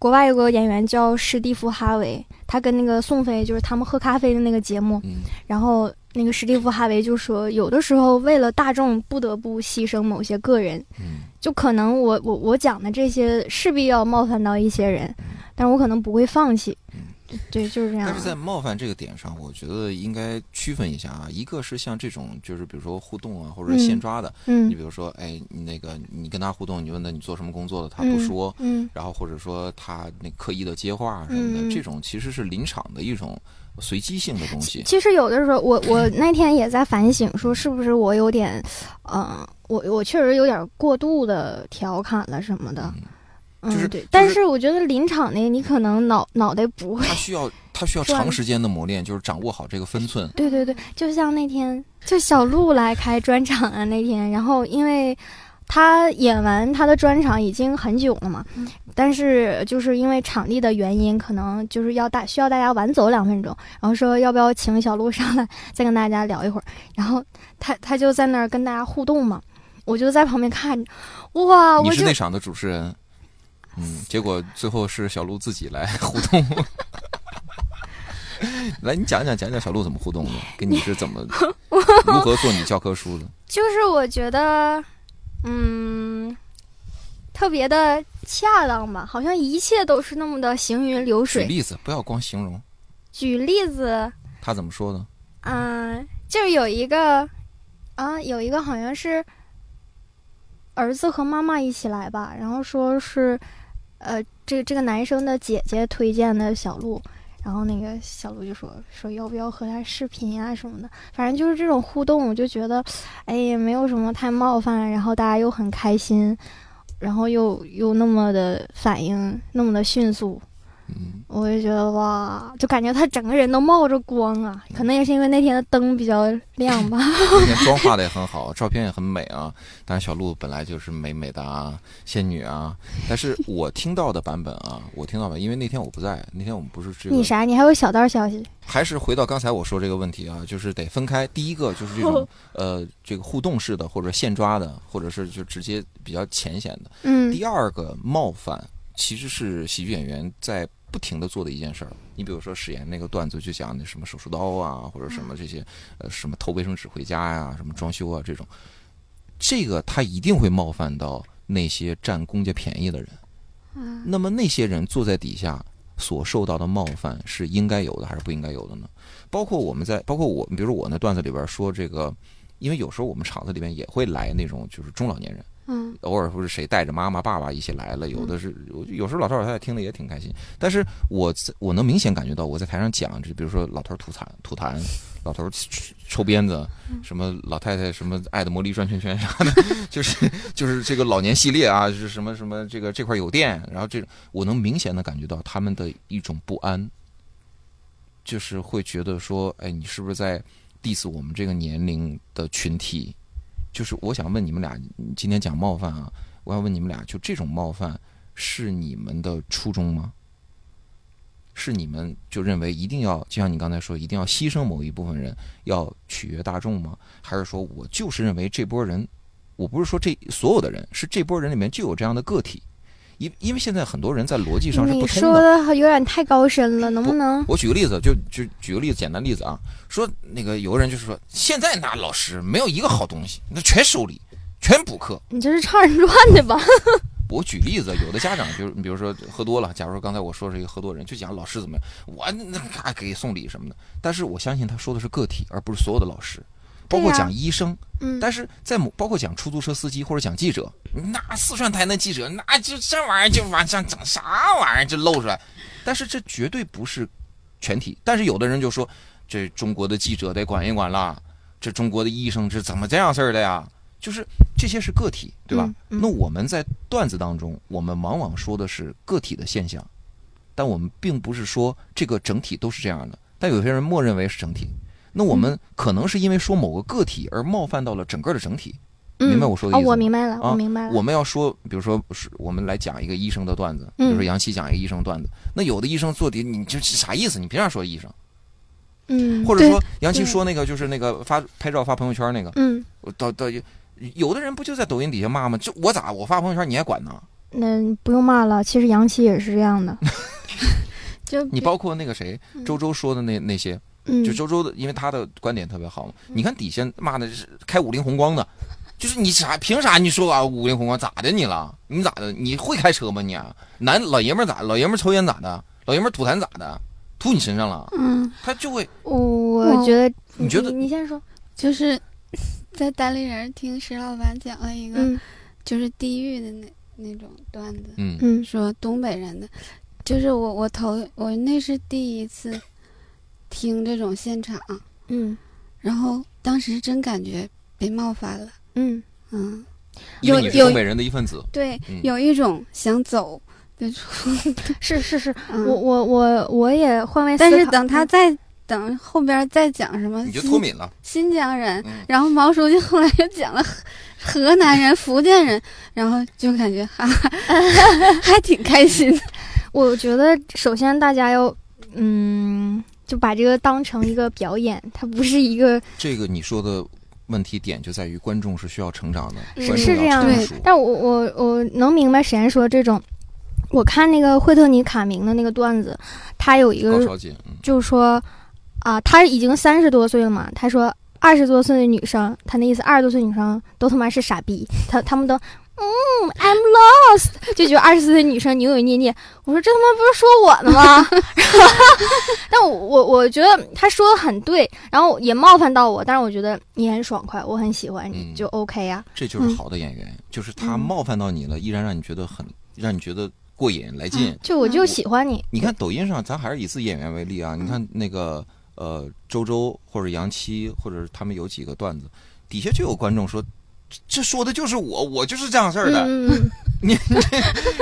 国外有个演员叫史蒂夫·哈维，他跟那个宋飞就是他们喝咖啡的那个节目，嗯，然后那个史蒂夫·哈维就说，有的时候为了大众不得不牺牲某些个人，嗯就可能我我我讲的这些势必要冒犯到一些人，但是我可能不会放弃。对，就是这样嗯但。是在冒犯这个点上，我觉得应该区分一下啊。一个是像这种，就是比如说互动啊，或者嗯现抓的，你嗯比如说，哎，你那个你跟他互动，你问他你做什么工作的，他嗯不说，嗯然后或者说他那刻意的接话啊什么的，嗯这种其实是临场的一种随机性的东 [laughs] 西。其实有的时候，我 [clears throat] 我那天也在反省，说是不是我有点，嗯、我我确实有点过度的调侃了什么的。嗯，就是对就。但是是我觉得临场那，你可能脑脑袋不会。他需要他需要转长时间的磨练，就是掌握好这个分寸。对对对，就像那天就小鹿来开专场啊那天，然后因为。他演完他的专场已经很久了嘛，嗯但是就是因为场地的原因，可能就是要大需要大家晚走两分钟，然后说要不要请小鹿上来再跟大家聊一会儿，然后他他就在那儿跟大家互动嘛，我就在旁边看着，哇，你啊我是就那场的主持人，嗯，结果最后是小鹿自己来互动。 [laughs] 来，你讲讲讲讲小鹿怎么互动的，跟你是怎 [laughs] 么如何做你教科书的？就是我觉得，嗯，特别的恰当吧，好像一切都是那么的行云流举水。例子，不要光形容。举例子，他怎么说的？嗯、就是有一个，啊，有一个好像是儿子和妈妈一起来吧，然后说是，呃，这个这个男生的姐姐推荐的小鹿，然后那个小鹿就说说要不要和他视频啊什么的，反正就是这种互动，我就觉得，哎，也没有什么太冒犯，然后大家又很开心，然后又又那么的反应那么的迅速，嗯，我就觉得哇，就感觉他整个人都冒着光啊，嗯可能也是因为那天的灯比较亮 [laughs] 吧。今天妆化的也很好，照片也很美啊。但是小鹿本来就是美美的啊，仙女啊。但是我听到的版本啊，我听到的，因为那天我不在，那天我们不是这个你啥？你还有小道消息？还是回到刚才我说这个问题啊，就是得分开。第一个就是这种呃，这个互动式的，或者现抓的，或者是就直接比较浅显的。嗯第二个冒犯其实是喜剧演员在不停的做的一件事儿。你比如说史岩那个段子，就讲那什么手术刀啊，或者什么这些呃什么偷卫生纸回家呀、什么装修啊这种，这个他一定会冒犯到那些占公家便宜的人。啊，那么那些人坐在底下所受到的冒犯是应该有的还是不应该有的呢？包括我们在，包括我，比如说我那段子里边说这个，因为有时候我们厂子里面也会来那种就是中老年人，嗯，偶尔不是谁带着妈妈、爸爸一起来了，有的是有有时候老头老太太听的也挺开心，但是我在我能明显感觉到我在台上讲，就比如说老头吐痰吐痰，老头抽鞭子，什么老太太什么爱的魔力转圈圈啥的， [laughs] 就是就是这个老年系列啊，就是什么什么这个这块有电，然后这种我能明显的感觉到他们的一种不安，就是会觉得说，哎，你是不是在 diss 我们这个年龄的群体？就是我想问你们俩，今天讲冒犯啊，我想问你们俩，就这种冒犯是你们的初衷吗？是你们就认为一定要，就像你刚才说，一定要牺牲某一部分人，要取悦大众吗？还是说我就是认为这波人，我不是说这所有的人，是这波人里面就有这样的个体，因因为现在很多人在逻辑上是你不通说的。的有点太高深了，能不能？我举个例子，就就举个例子，简单例子啊，说那个有个人就是说，现在那老师没有一个好东西，那全收礼，全补课。你这是唱人转的吧？我举例子，有的家长就是，比如说喝多了，假如说刚才我说是一个喝多人，就讲老师怎么样，我那咔给送礼什么的。但是我相信他说的是个体，而不是所有的老师，包括对呀讲医生，嗯，但是在某包括讲出租车司机或者讲记者，那四川台那记者那就这玩意儿就往上整啥玩意儿就露出来，但是这绝对不是全体。但是有的人就说，这中国的记者得管一管啦，这中国的医生是怎么这样事儿的呀？就是这些是个体，对吧？嗯嗯那我们在段子当中，我们往往说的是个体的现象，但我们并不是说这个整体都是这样的。但有些人默认为是整体，那我嗯们可能是因为说某个个体而冒犯到了整个的整体。 [laughs] 明白我说的嗯、意思哦，吗我明白了，啊我明白了。我们要说，比如说是我们来讲一个医生的段子，比如说嗯杨奇讲一个医生段子，那有的医生做的你这是啥意思？你凭啥说医生？嗯，或者说对杨奇对说那个就是那个发拍照发朋友圈那个，嗯，我到到有的人不就在抖音底下骂吗？这我咋我发朋友圈你还管呢？那不用骂了，其实杨奇也是这 [laughs] 样的。就你包括那个谁周周说的那那些，嗯，就周周的，因为他的观点特别好嘛。你看底下骂的是开五菱宏光的，就是你啥凭啥你说啊五菱宏光咋的你了？你咋的？你会开车吗你、啊？男老爷们儿咋？老爷们儿抽烟咋的？老爷们儿吐痰咋的？吐你身上了，嗯，他就会我我觉得你觉得你先说，就是在单立人听石老板讲了一个，嗯就是地狱的那那种段子，嗯嗯说东北人的，就是我我头我那是第一次听这种现场，嗯然后当时真感觉被冒犯了，嗯嗯，因为有你是有东北人的一份子，对，嗯有一种想走的冲动，嗯，是是是，嗯我我我我也换位思考，嗯但是等他再等后边再讲什么你就新脱敏了。新疆人，嗯然后毛书记后来又讲了河河南人、福建人，然后就感觉哈 [laughs] 哈，还挺开心的。我觉得首先大家要嗯，就把这个当成一个表演，它不是一个这个你说的问题点就在于观众是需要成长的，是观是众这要样成的熟。但我我我能明白沈岩说这种。我看那个惠特尼·卡明的那个段子，他有一高个潮姐，嗯就说，啊、他已经三十多岁了嘛，他说二十多岁的女生，他那意思二十多岁女生都他妈是傻逼，他他们都。嗯，I'm lost，就觉得二十岁的女生扭扭捏捏。我说这他妈不是说我呢吗？ [laughs] 但我我我觉得他说的很对，然后也冒犯到我，但是我觉得你很爽快，我很喜欢你，嗯就 OK 呀、这就是嗯好的演员，就是他嗯冒犯到你了，依然让你觉得很让你觉得过瘾来劲。就我就喜欢你。你看抖音上，咱还是以自己演员为例啊。你看那个呃，周周或者杨七，或者是他们有几个段子，底下就有观众说，这这说的就是我，我就是这样事儿嗯的。嗯嗯， [laughs]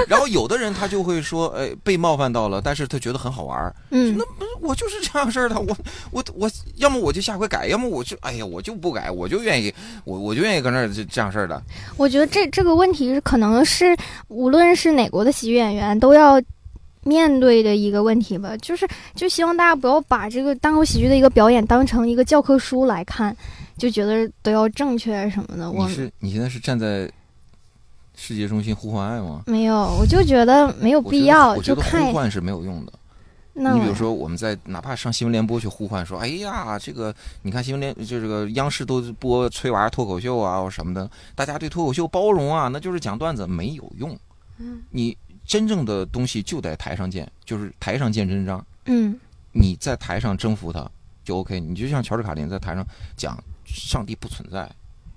然后有的人他就会说，哎，被冒犯到了，但是他觉得很好玩儿。嗯，那不是我就是这样事儿的，我我我，要么我就下回改，要么我就哎呀，我就不改，我就愿意，我我就愿意搁那儿这这样事儿的。我觉得这这个问题是可能是无论是哪国的喜剧演员都要面对的一个问题吧，就是就希望大家不要把这个单口喜剧的一个表演当成一个教科书来看，就觉得都要正确啊什么的。呃我你是你现在是站在世界中心呼唤爱吗？没有，我就觉得没有我必觉得要，我觉就得看呼一下。唤是没有用的。那你比如说，我们在哪怕上新闻联播去呼唤说：“哎呀，这个你看新闻联就这个央视都播崔娃脱口秀啊或什么的，大家对脱口秀包容啊，那就是讲段子没有用。嗯，你真正的东西就在台上见，就是台上见真章。嗯你在台上征服它就 OK。你就像乔治卡林在台上讲上帝不存在，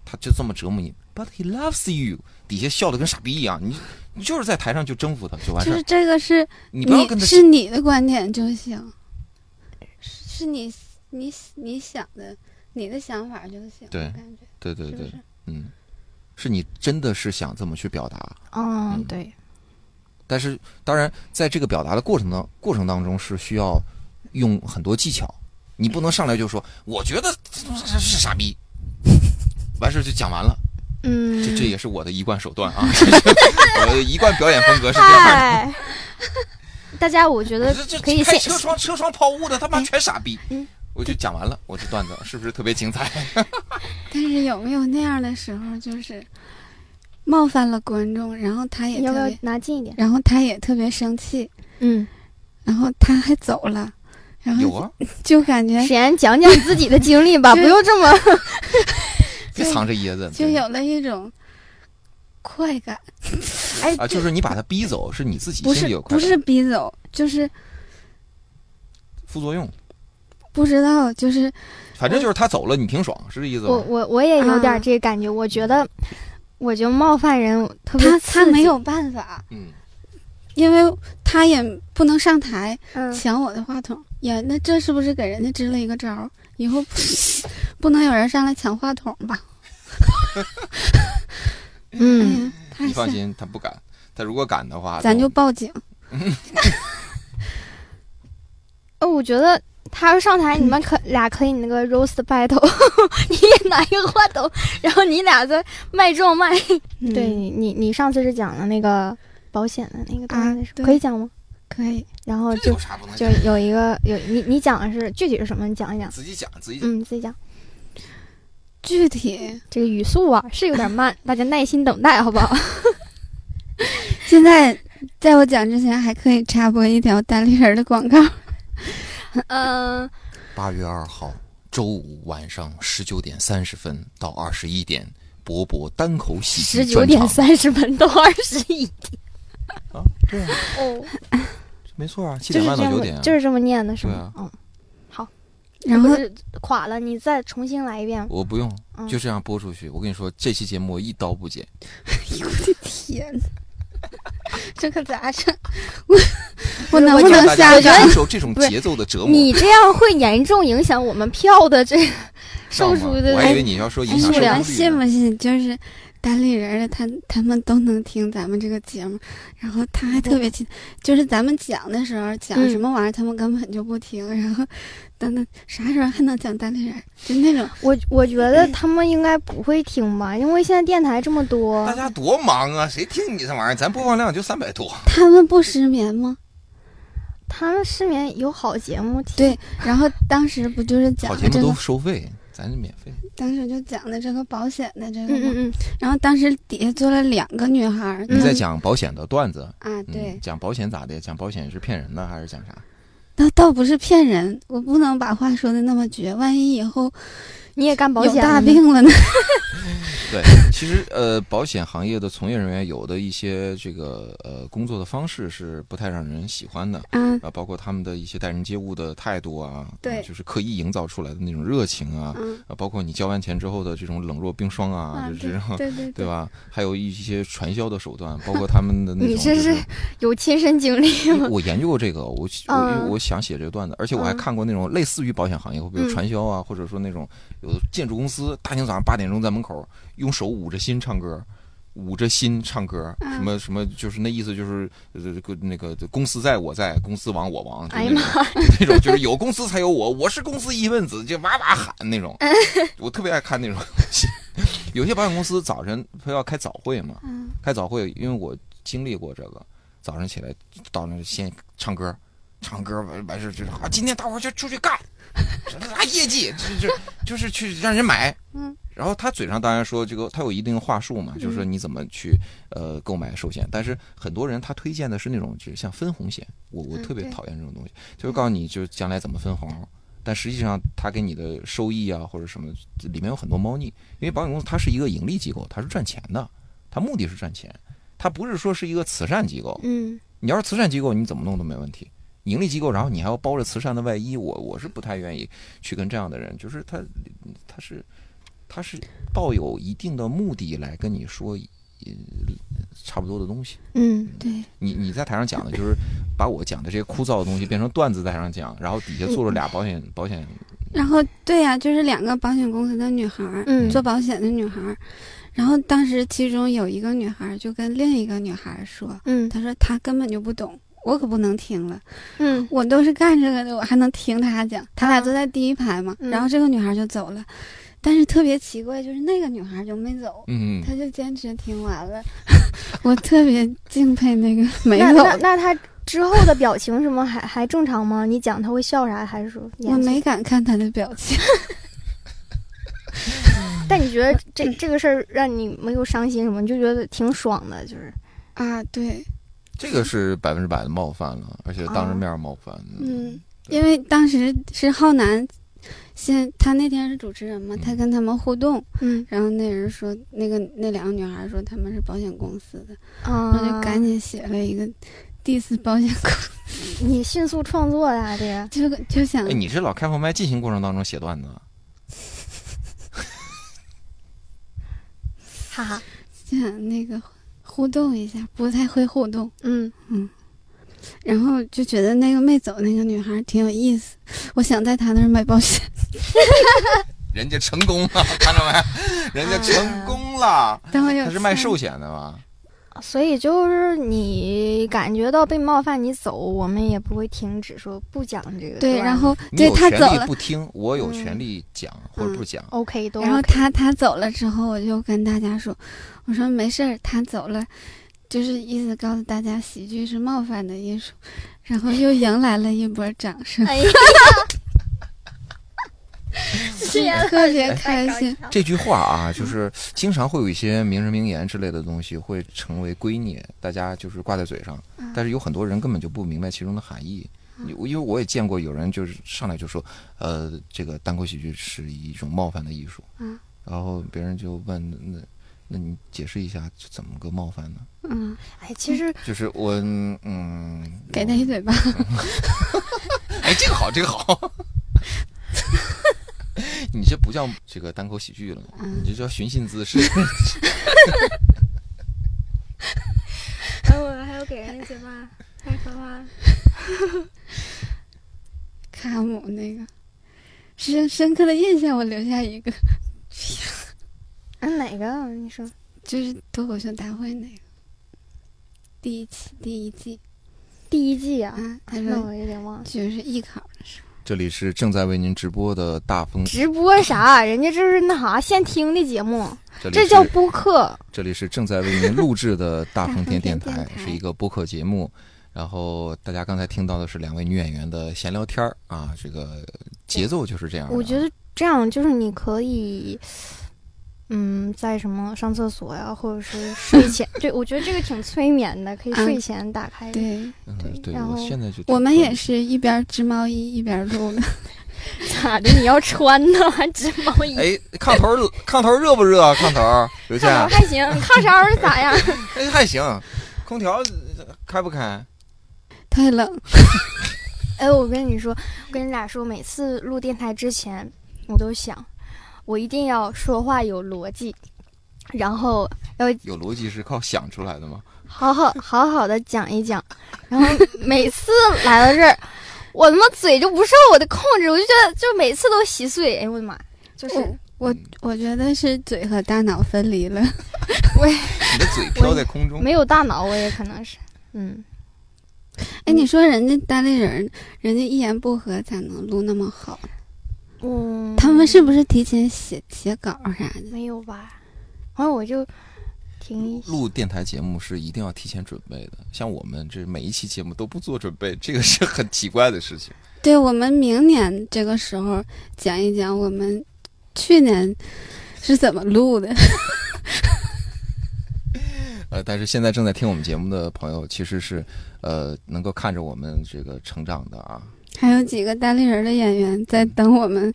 他就这么折磨你，But he loves you，底下笑的跟傻逼一样。你你就是在台上就征服他就完事就是儿，这个是你不要跟他是你的观点就行，是是你你你想的，你的想法就行。对我感觉对对是不对是，？嗯，是你真的是想这么去表达。嗯嗯对，但是当然，在这个表达的过程当过程当中是需要用很多技巧，你不能上来就说我觉得这是傻逼，完事儿就讲完了，嗯，这这也是我的一贯手段 [laughs] 啊，这是我的一贯表演风格是这样的。哎， [laughs] 大家我觉得这这哎可以这开先车窗车窗抛物的他妈全傻逼嗯，我就讲完了，我这段子是不是特别精彩？但是有没有那样的时候，就是冒犯了观众，然后他也要不特要别，拿近一点？然后他也特别生气，嗯，然后他还走了，然有后 [laughs] 啊，就感觉沈嗯岩讲讲你自己的经历吧，不对用这么。别藏着掖着。就有了一种快感。哎，啊，就是你把他逼走，是你自己不心是里有快不感是逼走，就是副作用，不知道，就是反正就是他走了，你挺爽，是这意思嗯我吗？我我也有啊点这个感觉，我觉得我觉得冒犯人我特别他刺他激没有办法，嗯，因为他也不能上台嗯抢我的话筒，也那这是不是给人家支了一个招儿？以后不 [laughs] 能有人上来抢话筒吧？哎嗯呀，太你放吓，心，他不敢。他如果敢的话，咱就报警。哦，我觉得他要上台，你们 [clears throat] 可俩可以那个 roast battle，你 [laughs] 也拿一个话筒，然后你俩在卖咒卖。[laughs] 嗯对，你你你上次是讲了那个保险的那个啊东西，对可以讲吗？可以，然后这就有啥不能就讲？有一个有你你讲的是具体是什么？你讲一讲。自己讲，自己讲。嗯，自己讲。具体这个语速啊是有点慢，大家耐心等待，好不 [laughs] 好？现在在我讲之前还可以插播一条单立人的广告。呃嗯，八月二号周五晚上十九点三十分到二十一点，博博单口喜十剧九专点场三十分到二十一。啊，对啊，哦，没错啊，七就点是半这到九么点啊，就是这么念的，是对啊吗？嗯，然后不是垮了，你再重新来一遍。我不用嗯就这样播出去。我跟你说，这期节目我一刀不剪，天呐， [laughs] 这可咋整？ [laughs] 我我能不能大下家岗？接受这种不是节奏的折磨。你这样会严重影响我们票 [laughs] 的这个售出知道吗的我还以为你要说哎，影响收你数量们听率信呢。不信？就是单立人的他他们都能听咱们这个节目，然后他还特别期，就是咱们讲的时候讲嗯什么玩意儿，他们根本就不听，然后等等啥时候还能讲单立人？就那哦种哎我我觉得他们应该不会听吧，因为现在电台这么多大，家多忙啊，谁听你这玩意儿？咱播放量就三百多，他们不失眠吗？他们失眠有好节目听。对，然后当时不就是讲好节了目这都个，收费，咱是免费。当时就讲的这个保险的这个嗯吗？嗯嗯，然后当时底下坐了两个女孩儿，你她在们讲保险的段子，啊，对嗯，，讲保险咋的？讲保险是骗人的还是讲啥？那倒不是骗人，我不能把话说的那么绝，万一以后你也干保有险大了吗？[laughs] 病了呢？对，其实呃，保险行业的从业人员有的一些这个呃工作的方式是不太让人喜欢的。啊，啊，包括他们的一些待人接物的态度啊，对呃就是刻意营造出来的那种热情啊，嗯，啊，包括你交完钱之后的这种冷若冰霜啊，就是这种，对对对？吧？还有一些传销的手段，包括他们的那种、你就这是是有亲身经历因为吗？ [laughs] 我研究过这个，我我因为嗯我想写这个段子，而且我还嗯看过那种类似于保险行业，比如嗯传销啊，或者说那种有的建筑公司大清早上八点钟在门口用手捂着心唱歌。捂着心唱歌，嗯什么什么，就是那意思，就是呃，个那个公司在我在，公司亡我亡，就哎呀那种 [laughs] 那种，就是有公司才有我，我是公司一份子，就哇哇喊那 [laughs] 种。我特别爱看那种东西。 [laughs] 有些保险公司早晨不要开早会嘛，嗯，开早会，因为我经历过这个，早上起来到那儿先唱歌，唱歌完完事儿就是啊，今天大伙儿就出去 [laughs] 干，啥业绩，就就就是去让人买，嗯。然后他嘴上当然说这个，他有一定的话术嘛，就是说你怎么去呃购买寿险，但是很多人他推荐的是那种就是像分红险，我我嗯特别对讨厌这种东西，就是告诉你就是将来怎么分红，但实际上他给你的收益啊或者什么里面有很多猫腻，因为保险公司它是一个盈利机构，它是赚钱的，它目的是赚钱，它不是说是一个慈善机构。嗯，你要是慈善机构，你怎么弄都没问题。盈利机构，然后你还要包着慈善的外衣，我我是不太愿意去跟这样的人，就是他他是他是抱有一定的目的来跟你说，呃，差不多的东西。嗯，对，你你在台上讲的就是把我讲的这些枯燥的东西变成段子在台上讲，然后底下坐着俩保险保险然后对呀、就是两个保险公司的女孩儿，嗯做保险的女孩儿，然后当时其中有一个女孩儿就跟另一个女孩儿说，嗯她说她根本就不懂。我可不能听了，嗯我都是干这个的，我还能听她讲。他俩啊坐在第一排嘛，嗯然后这个女孩儿就走了，但是特别奇怪，就是那个女孩儿就没走，嗯，他就坚持听完了， [laughs] 我特别敬佩那个没那走那的，那他之后的表情什么还还正常吗？你讲他会笑啥，还是说严我肃没敢看他的表情。但你觉得这这个事儿让你没有伤心什么，你就觉得挺爽的，就是啊，对，这个是百分哦之百的冒犯了，而且当着啊面冒犯。嗯，因为当时是浩南先他那天是主持人嘛，他跟他们互动，嗯然后那人说那个那两个女孩说他们是保险公司的，啊然后就赶紧写了一个 diss [laughs] 保险公司，你迅速创作的啊，这个就就想哎，你这老开放麦进行过程当中写段子啊，哈哈，想那个互动一下，不太会互动，嗯然后就觉得那个没走那个女孩挺有意思，我想在她那儿买保险。 [laughs] 人家成功了，看着没？人家成功了，但我有他是卖次寿险的吧？所以就是你感觉到被冒犯，你走，我们也不会停止说不讲这个段子。对，然后你对有他权走利了，不听，我有嗯权利讲或者不讲。 OK 都 OK，然后他他走了之后，我就跟大家说，我说没事儿，他走了，就是意思告诉大家喜剧是冒犯的艺术，然后又迎来了一波掌 [laughs] 声，哎呀， [laughs] 特别开心。这句话啊，嗯就是经常会有一些名人名言之类的东西会成为圭臬，大家就是挂在嘴上，嗯但是有很多人根本就不明白其中的含义。因为我也见过有人就是上来就说，呃，这个单口喜剧是一种冒犯的艺术，嗯然后别人就问那那你解释一下怎么个冒犯呢？嗯，哎，其 [laughs] 实就是我嗯，给他一嘴巴，哎，这个好，这个好。 [laughs] 你这不叫这个单口喜剧了，你这叫寻衅滋事。 [laughs] 哎我还要给人一嘴巴，太可怕了。卡姆那个深深刻的印象，我留下一个，嗯，哪个？你说就是脱口秀大会那个第一期第一季第一季啊？啊，他那说我有点忘了。就是艺考的时候。这里是正在为您直播的大风，直播啥？人家这是那啥现听的节目，这里这是叫播客。这里是正在为您录制的大风天电大台风天，电台是一个播客节目。然后大家刚才听到的是两位女演员的闲聊天儿啊，这个节奏就是这样的。我觉得这样就是你可以，嗯，在什么上厕所呀，或者是睡前，对我觉得这个挺催眠的，可以睡前打开。对嗯，对，对然我后现在就我们也是一边织毛衣一边录的，咋的？你要穿呢？还织毛衣？哎，炕头儿炕头儿热不热？炕头儿刘倩，看着还行，看着还是咋样？哎还行，空调呃开不开？太冷。哎，我跟你说，我跟你俩说，每次录电台之前，我都想，我一定要说话有逻辑，然后有逻辑是靠想出来的吗？好好好好的讲一讲。然后每次来到这儿，我他妈嘴就不受我的控制，我就觉得就每次都稀碎。哎呦我的妈！就是我我嗯我觉得是嘴和大脑分离了，嗯你的嘴飘在空中，没有大脑，我也可能是，嗯，哎，你说人家单立人，人家一言不合咋能录那么好？嗯，他们是不是提前写写稿啥的？没有吧？然后我就挺录电台节目是一定要提前准备的，像我们这每一期节目都不做准备，这个是很奇怪的事情。对我们明年这个时候讲一讲我们去年是怎么录的。 [laughs] 呃，但是现在正在听我们节目的朋友，其实是呃能够看着我们这个成长的啊，还有几个单立人的演员在等我们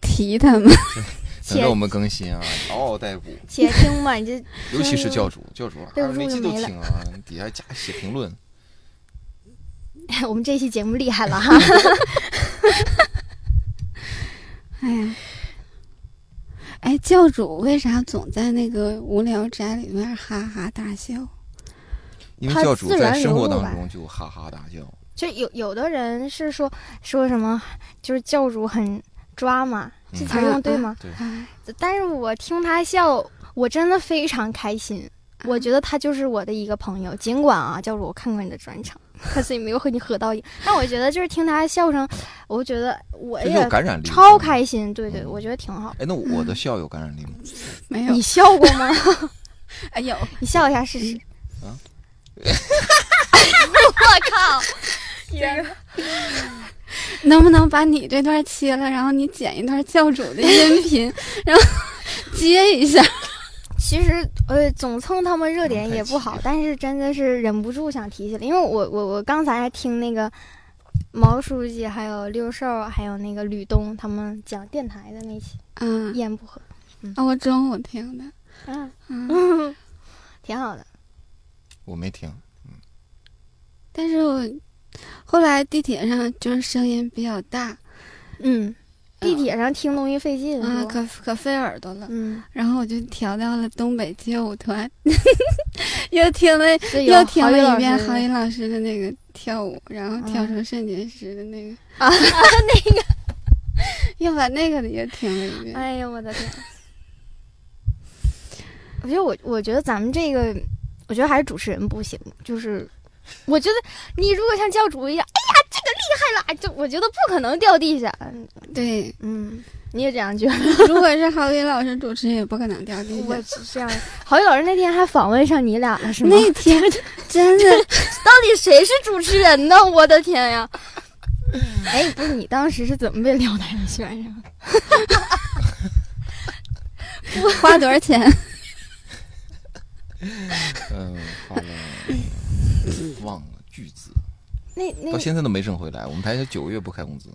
提他们，等且着我们更新啊，嗷嗷待哺。且听吧，[laughs] 你这尤其是教主，教主对二不十住每期就都没了听啊，底下加写评论。我们这期节目厉害 [laughs] 了哈。哎呀，哎，教主为啥总在那个无聊宅里面哈哈大笑？因为他教主自然在生流活露当吧中就哈哈大笑，就有有的人是说说什么，就是教主很抓嘛，嗯这词儿用对吗？哎，但是我听他笑，我真的非常开心。我觉得他就是我的一个朋友，尽管啊，教主我看过你的专场，但是也没有和你合到影。但我觉得就是听他笑声，我觉得我这是有也感染力。哎超！开心。对对，嗯我觉得挺好。哎，那我的笑有感染力吗？没有你，笑过吗？哎有，你笑一下试试。 [laughs] 啊 [laughs] 我靠！这个 [laughs] 能不能把你这段切了，然后你剪一段教主的 [laughs] 音频，然后接一下？其实呃，总蹭他们热点太也气不好了，但是真的是忍不住想提起来，因为我我我刚才还听那个毛书记还有六兽，还有那个吕东，他们讲电台的那期，啊一言不合，啊！我中午听的，嗯，啊，挺好的。我没听，但是我后来地铁上就是声音比较大，嗯，地铁上听东西费劲啊，是吧可可费耳朵了。 [laughs] 嗯，然后我就调到了东北街舞团， [laughs] 又听了是有又听郝宇了老一遍师嗯郝宇老师的那个跳舞，然后跳成肾结石的那个，啊， [laughs] 那个， [laughs] 又把那个的也听了一遍。哎呀，我的天！ [laughs] 我觉得我，我觉得咱们这个，我觉得还是主持人不行，就是我觉得你如果像教主一样，哎呀，这个厉害了，就我觉得不可能掉地下。对，嗯，你也这样觉得？ [laughs] 如果是郝宇老师主持，也不可能掉 [laughs] 地嗯我下。是这样。郝宇老师那天还访问上你俩了，是吗？[laughs] 那天真的，到底谁是主持人呢？我的天呀！哎，不是你当时是怎么被廖丹选上？啊 [laughs] 花多少钱？嗯，花了 [laughs] 忘了巨资，那那到现在都没挣回来。我们台就九个月不开工资，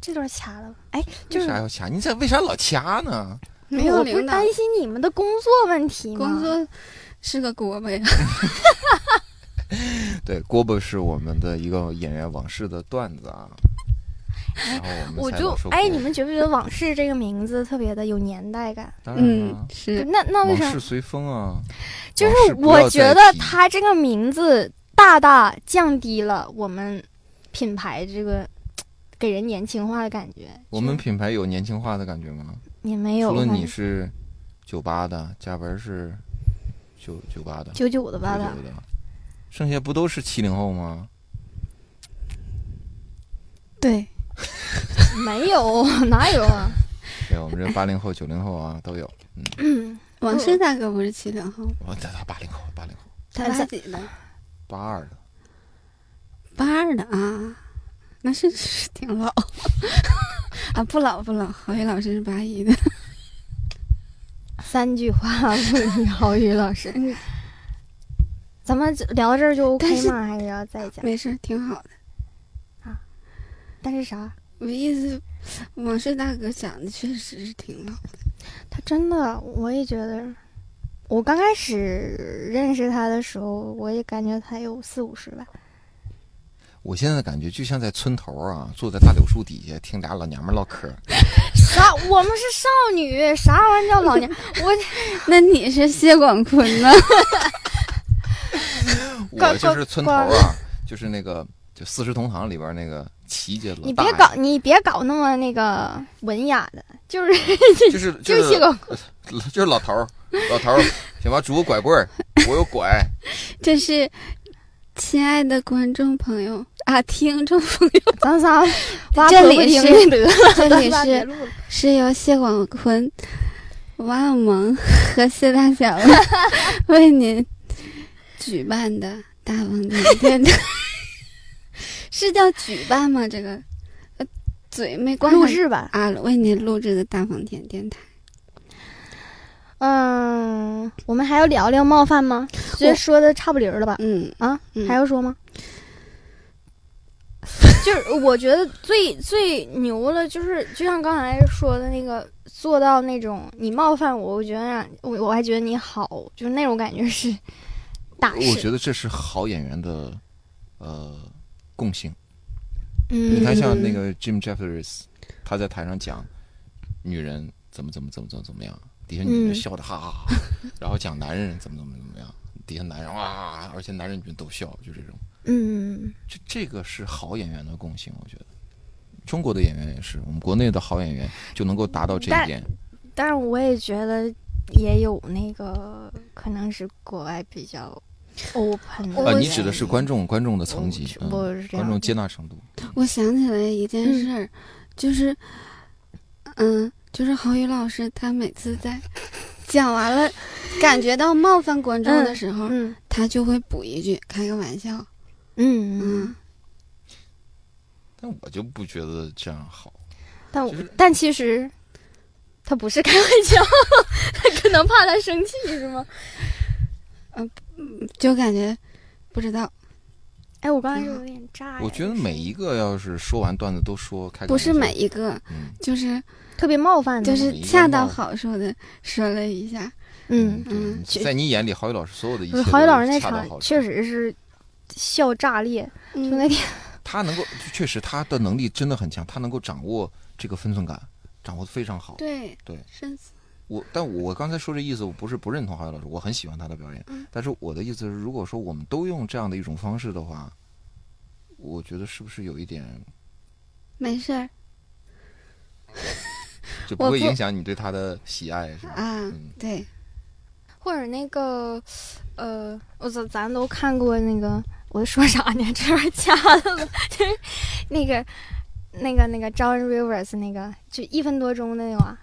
这段掐了吧？哎，就为是啥要掐？你咋为啥老掐呢？没我有不是领导担，心你们的工作问题吗？工作是个锅巴呀。对，锅巴是我们的一个演员往事的段子啊。然后我们我才就老说哎，锅你们觉不觉得“往事”这个名字特别的有年代感？当然嗯了，，是那那为往啥事？随风啊，就是我觉得它这个名字大大降低了我们品牌这个给人年轻化的感觉。我们品牌有年轻化的感觉吗？也没有除了吧你是九八的，嘉文是九九八的，九九的吧？九九的，剩下不都是七零后吗？对，没有，哪有啊？对，我们这八零后、九零后啊都有。往事大哥不是七零后，我他哦他八零后，八零后，他咱八几的？八二的，八二的啊，那是是挺老 [laughs] 啊，不老不老，郝宇老师是八一的。三句话问你郝宇老师，嗯，咱们就聊到这儿就但 OK 是吗？还是要再讲？没事儿，挺好的。但是啥？我意思，往事大哥长得确实是挺老，他真的，我也觉得，我刚开始认识他的时候，我也感觉他有四五十吧。我现在感觉就像在村头啊，坐在大柳树底下听俩老娘们唠嗑儿。啥？我们是少女，啥玩意儿叫老 [laughs] 年？我那你是谢广坤吗？ [laughs] 我关就是村头关啊，就是那个就四世同堂里边那个齐家老你大别爷搞，你别搞那么那个文雅的，就是 [laughs] 就是就是 [laughs] 谢广就是老头儿，老头儿，行吧，拄个拐棍儿，我有 [laughs] 拐，这是亲爱的观众朋友啊，听众朋友，咱 [laughs] 仨挖这坑里不听是 [laughs] 得了， [laughs] 这咱里仨别是录了是由谢广坤、王小蒙和谢大小 [laughs] 为您举办的大风景电台， [laughs] 是叫举办吗？这个呃嘴没关录上制吧。啊，为您录制的大风天电台。嗯，我们还要聊聊冒犯吗？这我说的差不离儿了吧？嗯，啊，嗯还要说吗？ [laughs] 就是我觉得最最牛的，就是就像刚才说的那个，做到那种你冒犯我，我觉得让我我还觉得你好，就是那种感觉是打我是觉得这是好演员的呃共性。嗯你看，像那个 Jim Jeffries，他在台上讲女人怎么怎么怎么怎么怎么样，底下女人嗯笑的哈哈哈， [laughs] 然后讲男人怎么怎么怎么样，底下男人哇，而且男人女人都笑，就这种。嗯，这这个是好演员的共性，我觉得。中国的演员也是，我们国内的好演员就能够达到这一但点。但是我也觉得也有那个可能是国外比较 open 呃啊，我你指的是观众观众的层级，我我是嗯这样观众接纳程度。我想起来一件事儿，就是，嗯，就是郝宇老师他每次在讲完 [laughs] 了，感觉到冒犯观众的时候，嗯他就会补一句开个玩笑，嗯嗯，嗯，但我就不觉得这样好。但我就是但其实他不是开玩笑， [laughs] 他可能怕他生呃气是吗？就感觉不知道哎，我刚才是有点炸呀，嗯我觉得每一个要是说完段子都说开，不是每，一个，嗯就是特别冒犯的，就是每一个恰到帽好处的说了一下，嗯，嗯，确对在你眼里，郝宇老师所有的一不是切，郝宇老师那恰到场好处确，实是笑炸裂，就那嗯，天他能够确实他的能力真的很强，他能够掌握这个分寸感，掌握的非常好。对对深思，我，但我刚才说这意思，我不是不认同郝宇老师，我很喜欢他的表演。嗯但是我的意思是，如果说我们都用这样的一种方式的话，我觉得是不是有一点没事儿就不我会不影响你对他的喜爱，是吧？啊嗯，对，或者那个，呃，我咱咱都看过那个，我说啥呢？这边掐了， [laughs] 就是那个那个那个 John Rivers 那个，就一分多钟的那个啊，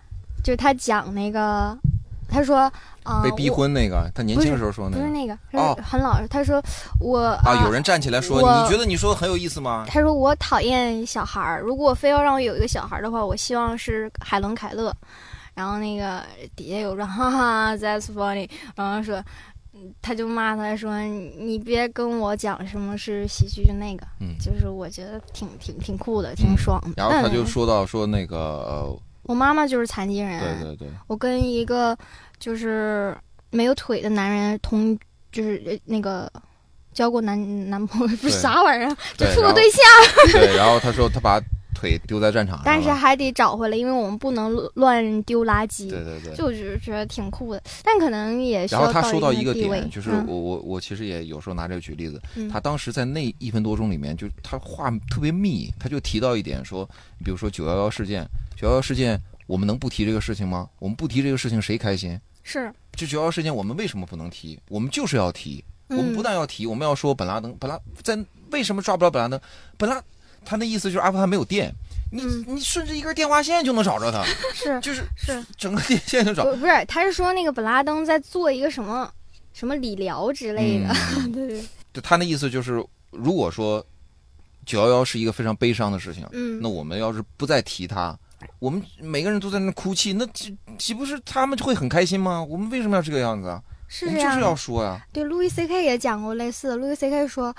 就是他讲那个，他说啊、呃被逼我婚那个，他年不轻是时候说那不是个那个，哦他是很老实，他说我啊，有人站起来说，我你觉得你说的很有意思吗？他说我讨厌小孩儿，如果非要让我有一个小孩儿的话，我希望是海伦凯勒。然后那个底下有人哈哈，That's funny，然后说，嗯他就骂他说你你别跟我讲什么是喜剧那个，嗯就是我觉得挺挺挺酷的，挺爽的。然后他但就说到说那个，呃我妈妈就是残疾人，对对对，我跟一个就是没有腿的男人同就是呃那个交过男男朋友，不对是啥玩意儿啊，就对处过然后对象。 [laughs] 对，然后他说他把腿丢在战场上了，但是还得找回来，因为我们不能乱丢垃圾。对对对。就我就是觉得挺酷的，但可能也需然要后他说到到一个地位点，，就是嗯我我我其实也有时候拿这个举例子，嗯他当时在那一分多钟里面，就他话特别密，他就提到一点说，比如说九幺幺事件，九幺幺事件我们能不提这个事情吗？我们不提这个事情谁开心？是这九幺幺事件我们为什么不能提？我们就是要提，嗯我们不但要提，我们要说本拉登，本拉在为什么抓不着本拉登？本拉他那意思就是阿富汗没有电，你、嗯你顺着一根电话线就能找着他，是就是是，整个电线就找。不不是，他是说那个本拉登在做一个什么什么理疗之类的，嗯对对，对他那意思就是，如果说九幺幺是一个非常悲伤的事情，嗯那我们要是不再提它，我们每个人都在那哭泣，那岂岂不是他们就会很开心吗？我们为什么要这个样子啊？是我们这就样是的要。说呀、对，路易 C K 也讲过类似的，路易 C K 说。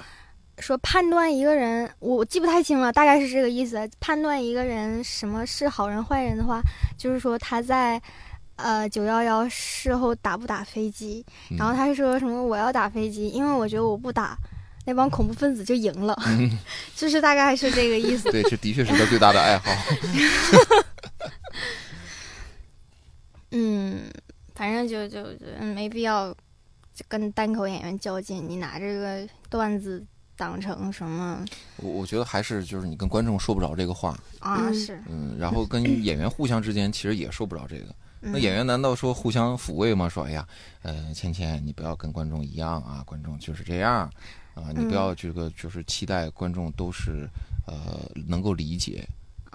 说判断一个人，我我记不太清了，大概是这个意思。判断一个人什么是好人坏人的话，就是说他在，呃，九幺幺事后打不打飞机，然后他说什么我要打飞机，因为我觉得我不打，那帮恐怖分子就赢了， [laughs] 就是大概是这个意思。对，这的确是他最大的爱好。嗯，反正就就就嗯没必要就跟单口演员较劲，你拿这个段子当成什么我我觉得还是就是你跟观众说不着这个话，啊？嗯是，嗯，然后跟演员互相之间其实也说不着这个。嗯、那演员难道说互相抚慰吗？说哎呀，呃，芊芊，你不要跟观众一样啊，观众就是这样啊、你不嗯要这个就是期待观众都是呃能够理解，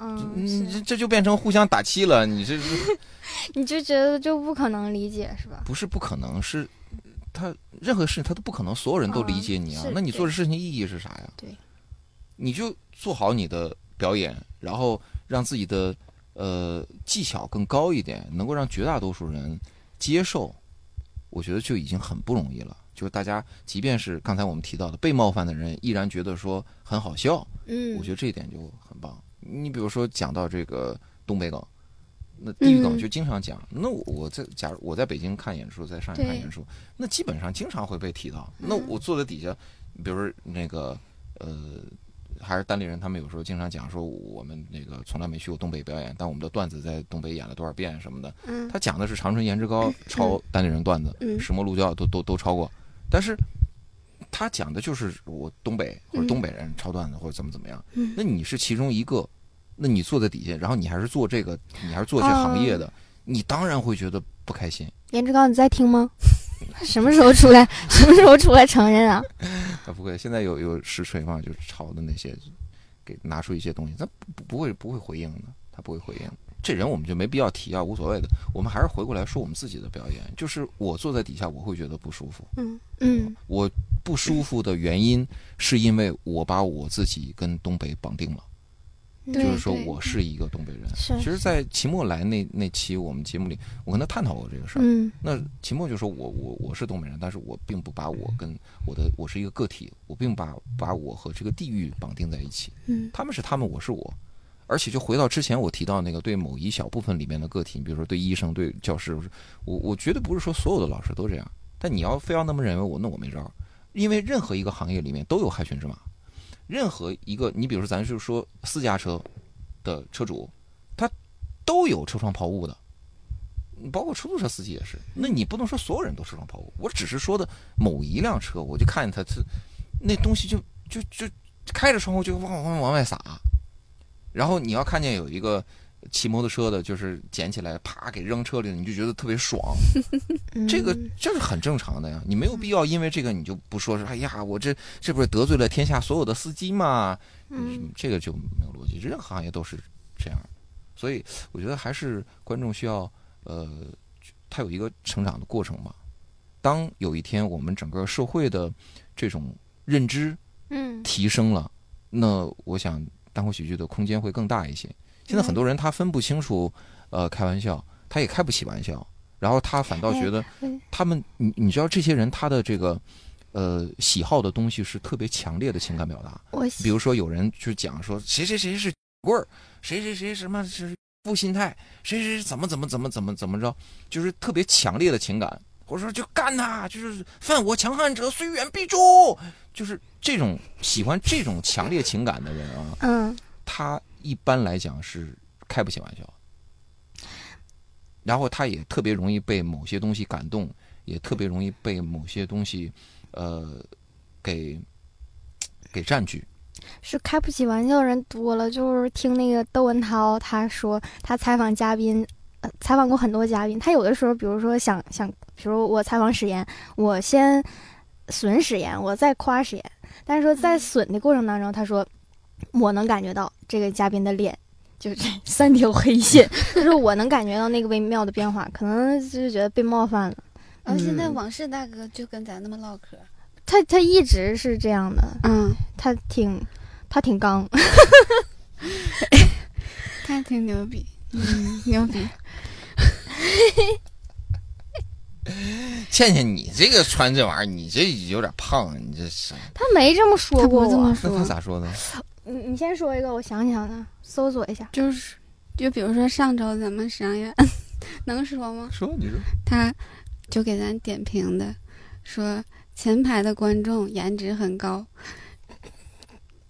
嗯，嗯，是这这就变成互相打气了。你这是你就觉得就不可能理解是吧？不是不可能？是他任何事情他都不可能所有人都理解你啊。嗯是那你做这事情意义是啥呀？对，你就做好你的表演，然后让自己的呃技巧更高一点，能够让绝大多数人接受，我觉得就已经很不容易了。就是大家，即便是刚才我们提到的被冒犯的人，依然觉得说很好笑，嗯，我觉得这一点就很棒。你比如说讲到这个东北梗，那地域梗嗯就经常讲。那我我在假如我在北京看演出，在上海看对嗯演出，那基本上经常会被提到。那我坐在底下，比如说那个呃，还是单立人，他们有时候经常讲说我们那个从来没去过东北表演，但我们的段子在东北演了多少遍什么的。嗯他讲的是长春颜值高超单立人段子，嗯石墨鹿角都都都超过，但是他讲的就是我东北或者嗯东北人超段子或者怎么怎么样，嗯那你是其中一个，那你坐在底下，然后你还是做这个，你还是做这行业哦的，你当然会觉得不开心。颜值高，你在听吗？什么时候出来？ [laughs] 什么时候出来承认啊？啊，不会，现在有有实锤嘛，就是抄的那些，给拿出一些东西，他不不会不会回应的，他不会回应。这人我们就没必要提啊，无所谓的。我们还是回过来说我们自己的表演，就是我坐在底下我会觉得不舒服。嗯嗯我不舒服的原因是因为我把我自己跟东北绑定了，就对是说对我是一个东北人。嗯是其实，在期末来那那期我们节目里，我跟他探讨过这个事儿。嗯那秦末就说我我我是东北人，但是我并不把我跟我的我是一个个体，我并把把我和这个地域绑定在一起。嗯他们是他们，我是我。而且就回到之前我提到那个对某一小部分里面的个体，你比如说对医生、对教师，我我绝对不是说所有的老师都这样。但你要非要那么认为我，那我没招儿，因为任何一个行业里面都有害群之马，任何一个你比如说咱就说私家车的车主，他都有车窗抛物的，包括出租车司机也是。那你不能说所有人都车窗抛物，我只是说的某一辆车，我就看见他他那东西就就就开着窗户就往往往外撒，然后你要看见有一个骑摩托车的，就是捡起来啪给扔车里，你就觉得特别爽，嗯，这个这是很正常的呀，你没有必要因为这个你就不说是哎呀，我这这不是得罪了天下所有的司机吗？嗯，这个就没有逻辑，任何行业都是这样，所以我觉得还是观众需要呃，他有一个成长的过程吧。当有一天我们整个社会的这种认知嗯提升了，那我想单口喜剧的空间会更大一些。现在很多人他分不清楚，呃，开玩笑，他也开不起玩笑，然后他反倒觉得哎他们，你你知道这些人他的这个，呃，喜好的东西是特别强烈的情感表达。我比如说有人去讲说谁谁谁是棍儿，谁谁谁什么是负心态，谁谁怎么怎么怎么怎么怎么着，就是特别强烈的情感，或者说就干他，就是犯我强悍者，虽远必诛，就是这种喜欢这种强烈情感的人啊，嗯他一般来讲是开不起玩笑的，然后他也特别容易被某些东西感动，也特别容易被某些东西，呃，给给占据。是开不起玩笑的人多了，就是听那个窦文涛他说，他采访嘉宾，呃，采访过很多嘉宾。他有的时候，比如说想想，比如我采访史岩，我先损史岩，我再夸史岩。但是说在损的过程当中，他说我能感觉到这个嘉宾的脸。就是 [laughs] 这三条黑线，就是我能感觉到那个微妙的变化，可能就是觉得被冒犯了。然后哦现在嗯往事大哥就跟咱那么唠嗑，他他一直是这样的，嗯，他挺他挺刚， [laughs] 他挺牛 [laughs] 逼，嗯，牛逼，倩倩，你这个穿这玩意儿，你这有点胖，你这是？他没这么说他过不我。这么那他说，咋说的？你你先说一个，我想想呢，搜索一下。就是就比如说上周咱们商业 [laughs] 能说吗？说你说，他就给咱点评的，说前排的观众颜值很高，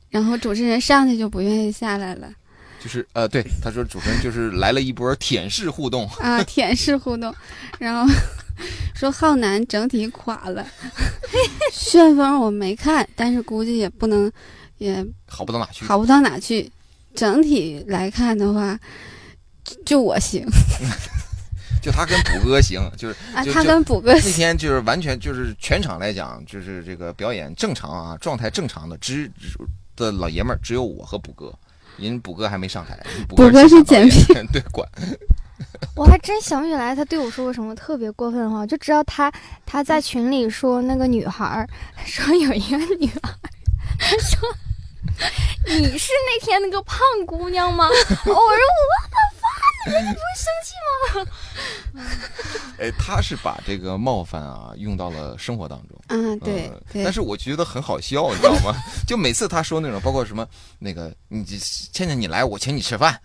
然后主持人上去就不愿意下来了就是呃，对，他说主持人就是来了一波舔舐互动， [laughs] 啊，舔舐互动，然后 [laughs] 说浩南整体 [laughs] 垮了，旋风我没看，但是估计也不能也好不到哪去。好不到哪去，整体来看的话。就就我行就他跟谷歌行，就是啊，就他就跟补哥那天就是完全就是全场来讲，就是这个表演正常啊，状态正常的，只只的老爷们儿只有我和卜哥，因补哥还没上台，补卜哥是剪片， [laughs] 对，管我还真想不起来他对我说过什么特别过分的话，我就知道他他在群里说那个女孩儿， [laughs] 说有一个女孩儿说。你是那天那个胖姑娘吗？ [laughs] 我说我的妈，你不是生气哎，他是把这个冒犯啊用到了生活当中。嗯，对呃对但，是我觉得很好笑，你知道吗？ [laughs] 就每次他说那种，包括什么那个，你这倩倩你来，我请你吃饭，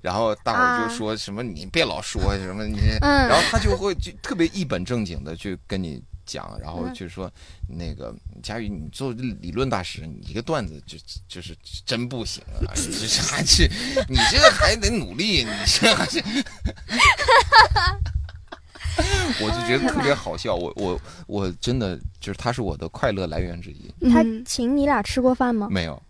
然后大伙儿啊就说什么你别老说什么你，嗯然后他就会就特别一本正经的去跟你讲，然后就说那个佳宇，你做理论大师，你一个段子就就是真不行啊，你这是还是你这个还得努力，你这还是。我就觉得特别好笑，我我我真的就是他是我的快乐来源之一。吗？他嗯请你俩吃过饭吗？没有，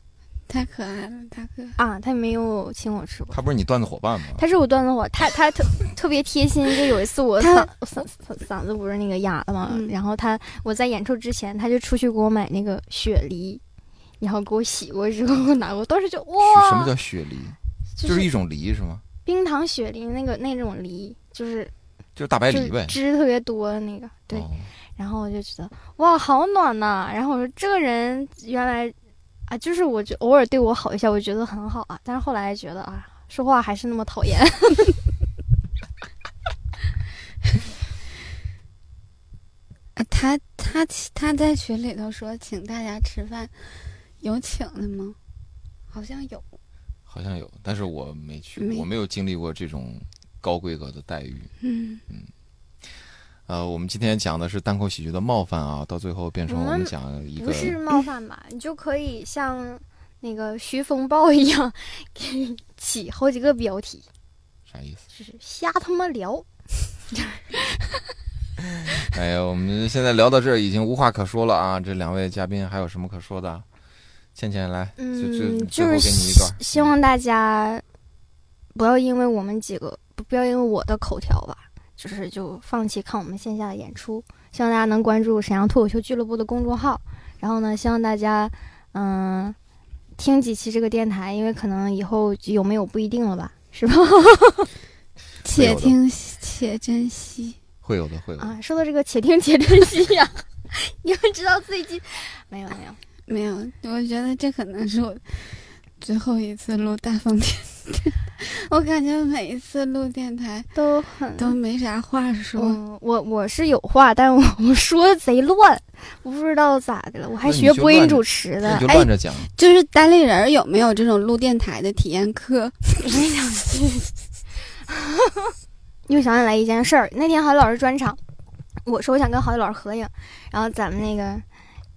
太可爱了，大哥。啊，他没有请我吃过。他不是你段子伙伴吗？他是我段子伙，他他 [laughs] 特特别贴心。就有一次我他嗓嗓嗓嗓子不是那个哑了嘛，嗯然后他我在演出之前，他就出去给我买那个雪梨，然后给我洗过之后给我拿过，当时就哇，是什么叫雪梨？就就是一种梨是吗？冰糖雪梨那个那种梨，就是就是大白就梨是呗。汁特别多的那个，对。哎哦然后我就觉得哇，好暖呐、然后我说这个人原来啊，就是我觉偶尔对我好一下，我觉得很好啊，但是后来觉得啊，说话还是那么讨厌。啊，他他他在群里头说请大家吃饭，有请的吗？好像有。好像有，但是我没去，没我没有经历过这种高规格的待遇。嗯，呃，我们今天讲的是单口喜剧的冒犯啊，到最后变成我我们们讲了一嗯不个 [laughs] 是冒犯吧？你就可以像那个徐风暴一样，给你起好几个标题，啥意思？就是瞎他妈聊。 [laughs] 哎呀，我们现在聊到这儿已经无话可说了啊！这两位嘉宾还有什么可说的？倩倩来，最最嗯，最就后是给你一段嗯希。希望大家不要因为我们几个，不不要因为我的口条吧，就是就放弃看我们线下的演出。希望大家能关注沈阳脱口秀俱乐部的公众号，然后呢，希望大家嗯、听几期这个电台，因为可能以后有没有不一定了吧，是吧？没有且的听且珍惜。会有的，会有的。啊，说到这个，且听且珍惜呀、 [laughs] 你们知道自己没有没有，没有，我觉得这可能是我最后一次录大风天。 [laughs] 我感觉每一次录电台都很都没啥话说。哦嗯，我我是有话，但我我说得贼乱，我不知道咋的了，我还那你学就播乱音着主持那的你就，哎乱着讲，就是单立人儿有没有这种录电台的体验课？又想起来一件事儿，那天郝宇老师专场，我说我想跟郝宇老师合影，然后咱们那个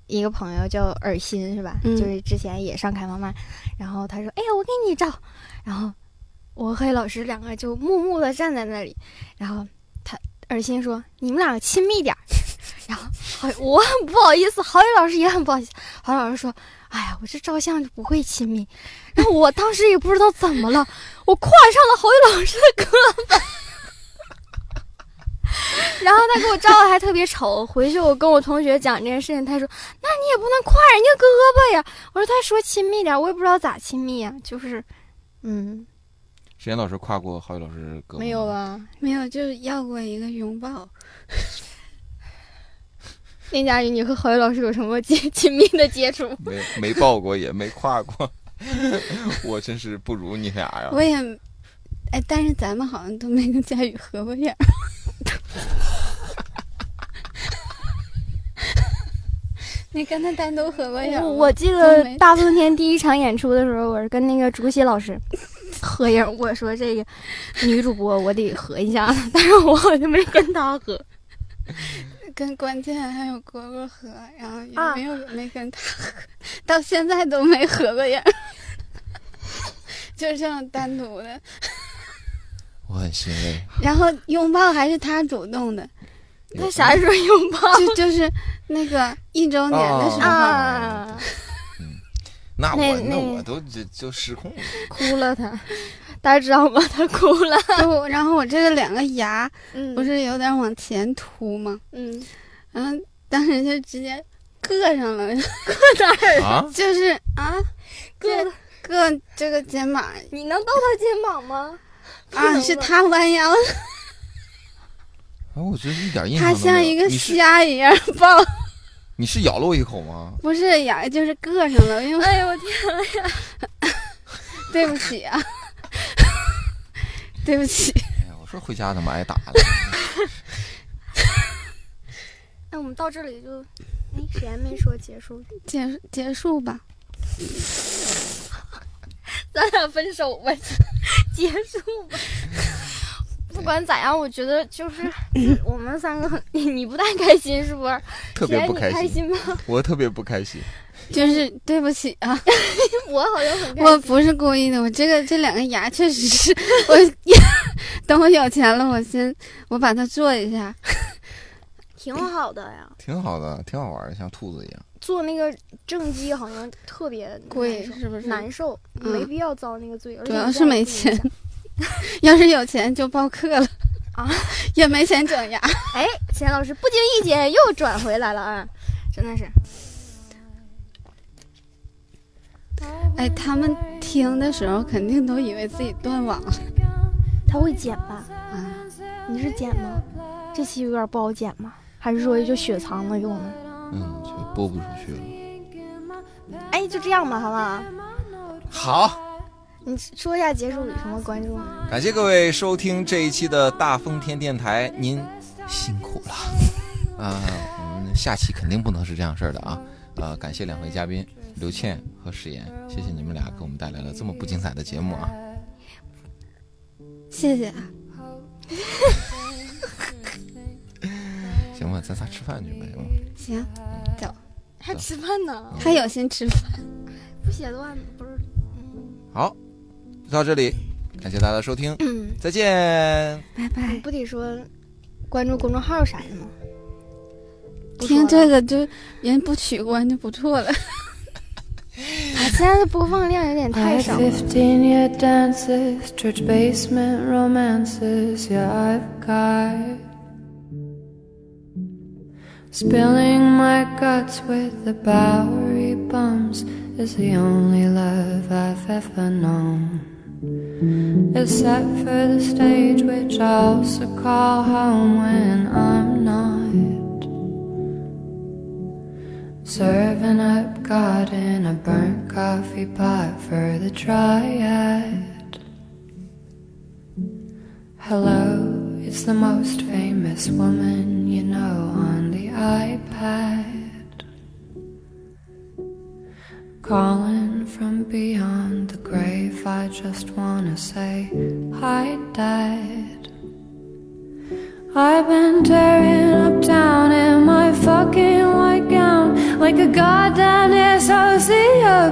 一个朋友叫尔心是吧？嗯就是之前也上开放麦，然后他说：“哎呀，我给你照。”然后我和老师两个就默默的站在那里，然后他尔心说：“你们两个亲密点儿。” [laughs] 然后郝宇我很不好意思，郝宇老师也很不好意思，郝宇老师说：“哎呀，我这照相就不会亲密。”然后我当时也不知道怎么了，我跨上了郝宇老师的胳膊。然后他给我照的还特别丑，回去我跟我同学讲这件事情，他说：“那你也不能跨人家胳膊呀。”我说：“他说亲密点，我也不知道咋亲密呀，就是，嗯，沈岩老师跨过郝宇老师胳膊没有吗？啊，没有，就是要过一个拥抱。林佳宇，你和郝宇老师有什么接亲 [laughs] 密的接触？没没抱过，也没跨过， [laughs] 我真是不如你俩啊呀我！也，哎，但是咱们好像都没跟佳宇合过影儿。 [laughs] 你跟他单独合过影儿吗？我我记都得没大冬天第一场演出的时候，我是跟那个竹溪老师合影，我说这个女主播我得合一下，但是我好像没跟她合。跟关键还有蝈蝈合，然后也啊没有、没跟他合，到现在都没合过影儿， [laughs] 就这样单独的。我很欣慰，然后拥抱还是他主动的，哎他啥时候拥抱？就就是那个一周年的时候，哦啊，那那我那那我都就就失控 [laughs] 了。哭了他，大家知道吗？他哭了。就我然后我这个两个牙嗯不，是有点往前凸吗？嗯，然后当时就直接硌上了， [laughs] 啊，就是啊，哥，硌这个肩膀你能到他肩膀吗？不能啊，吧是他弯腰，哎，我觉得一点印象他都没有。像一个你是虾一样抱， [laughs] 你是咬了我一口吗？不是牙就是硌上了，因 [laughs] 为哎呦我天啊！对不起啊， [laughs] 对不起，哎呀，我说回家怎么挨打了？ [laughs] 那我们到这里就，哎，谁还没说结束？ [laughs] 结束结束吧，咱俩分手吧， [laughs] 结束吧。不管咋样，我觉得 [laughs] 就是我们三个，你 [laughs] 你不太开心是不是？特别不你开心，吗？我特别不开心。就是对不起啊， [laughs] [laughs] 我好像很开我心。不是故意的，我这个这两个牙确实是我， [laughs] 等我有钱了，我先我把它做一下，挺好的呀，挺好的，挺好玩的，像兔子一样。做那个正畸好像特别难受贵是不是？难受，嗯没必要遭那个罪。而且主要你是这样没不影响钱。要是有钱就报课了啊， [laughs] 也没钱整牙，哎，钱老师不经意间又转回来了啊，真的是。哎，他们听的时候肯定都以为自己断网了他会剪吧？啊，你是剪吗？这期有点不好剪吗？还是说就雪藏了给我们？嗯，就播不出去了。哎，就这样吧，好不好？好，你说一下结束语，什么观众？啊感谢各位收听这一期的大风天电台，您辛苦了。 [laughs] 啊、我们下期肯定不能是这样事儿的啊。呃，感谢两位嘉宾刘倩和史岩，谢谢你们俩给我们带来了这么不精彩的节目啊。谢谢啊，行吧，咱仨吃饭去吧，行吗？行，还吃饭呢？还有心吃饭，不写段子不是？好，到这里，感谢大家的收听，嗯，再见。拜你拜。不得说关注公众号啥的吗？不说听了这个就人不取关就不错了。哎现在的播放量有点太 My 少了。 15 year dances, church basement romances, yeah, I've got. Spilling my guts with the Bowery bums is the only love I've ever known. Except for the stage, which I also call home when I'm not. Serving up God in a burnt coffee pot for the triad. Hello, it's the most famous woman you know on the iPad. Calling from beyond the grave, I just wanna say, Hi, Dad. I've been tearing up town in my fucking white gown like a goddamn sociopath.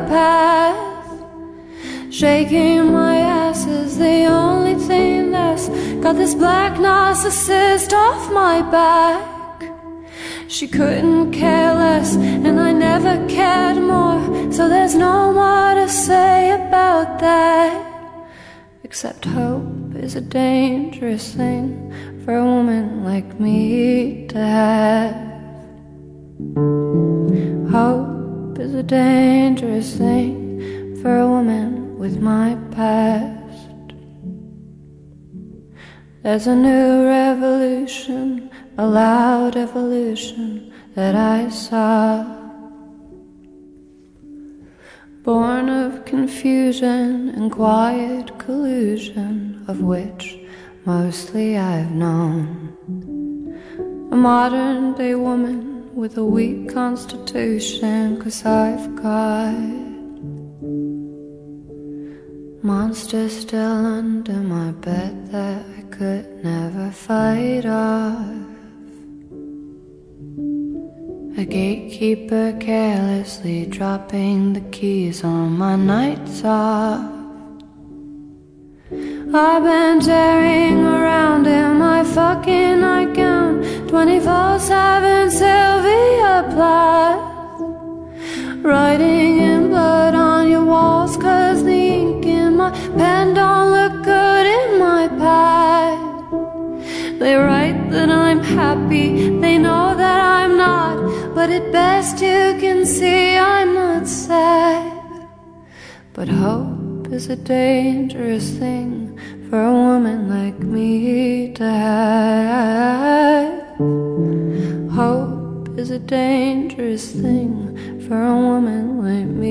Shaking my ass is the only thing that's got this black narcissist off my back. She couldn't care less, and I never cared more, so there's no more to say about that. Except hope is a dangerous thing for a woman like me to have. Hope is a dangerous thing for a woman with my past. There's a new revolution, a loud evolution that I saw. Born of confusion and quiet collusion, of which mostly I've known. A modern day woman with a weak constitution, cause I've got monsters still under my bed that I could never fight off. A gatekeeper carelessly dropping the keys on my nights off. I've been tearing around in my fucking nightgown, 24 7 Sylvia Plath. Writing in blood on your walls, cause the ink in my pen don't look good in my pad. They write that I'm happy, they know that I'm not. But at best, you can see I'm not sad. But hope is a dangerous thing for a woman like me to have. Hope is a dangerous thing for a woman like me.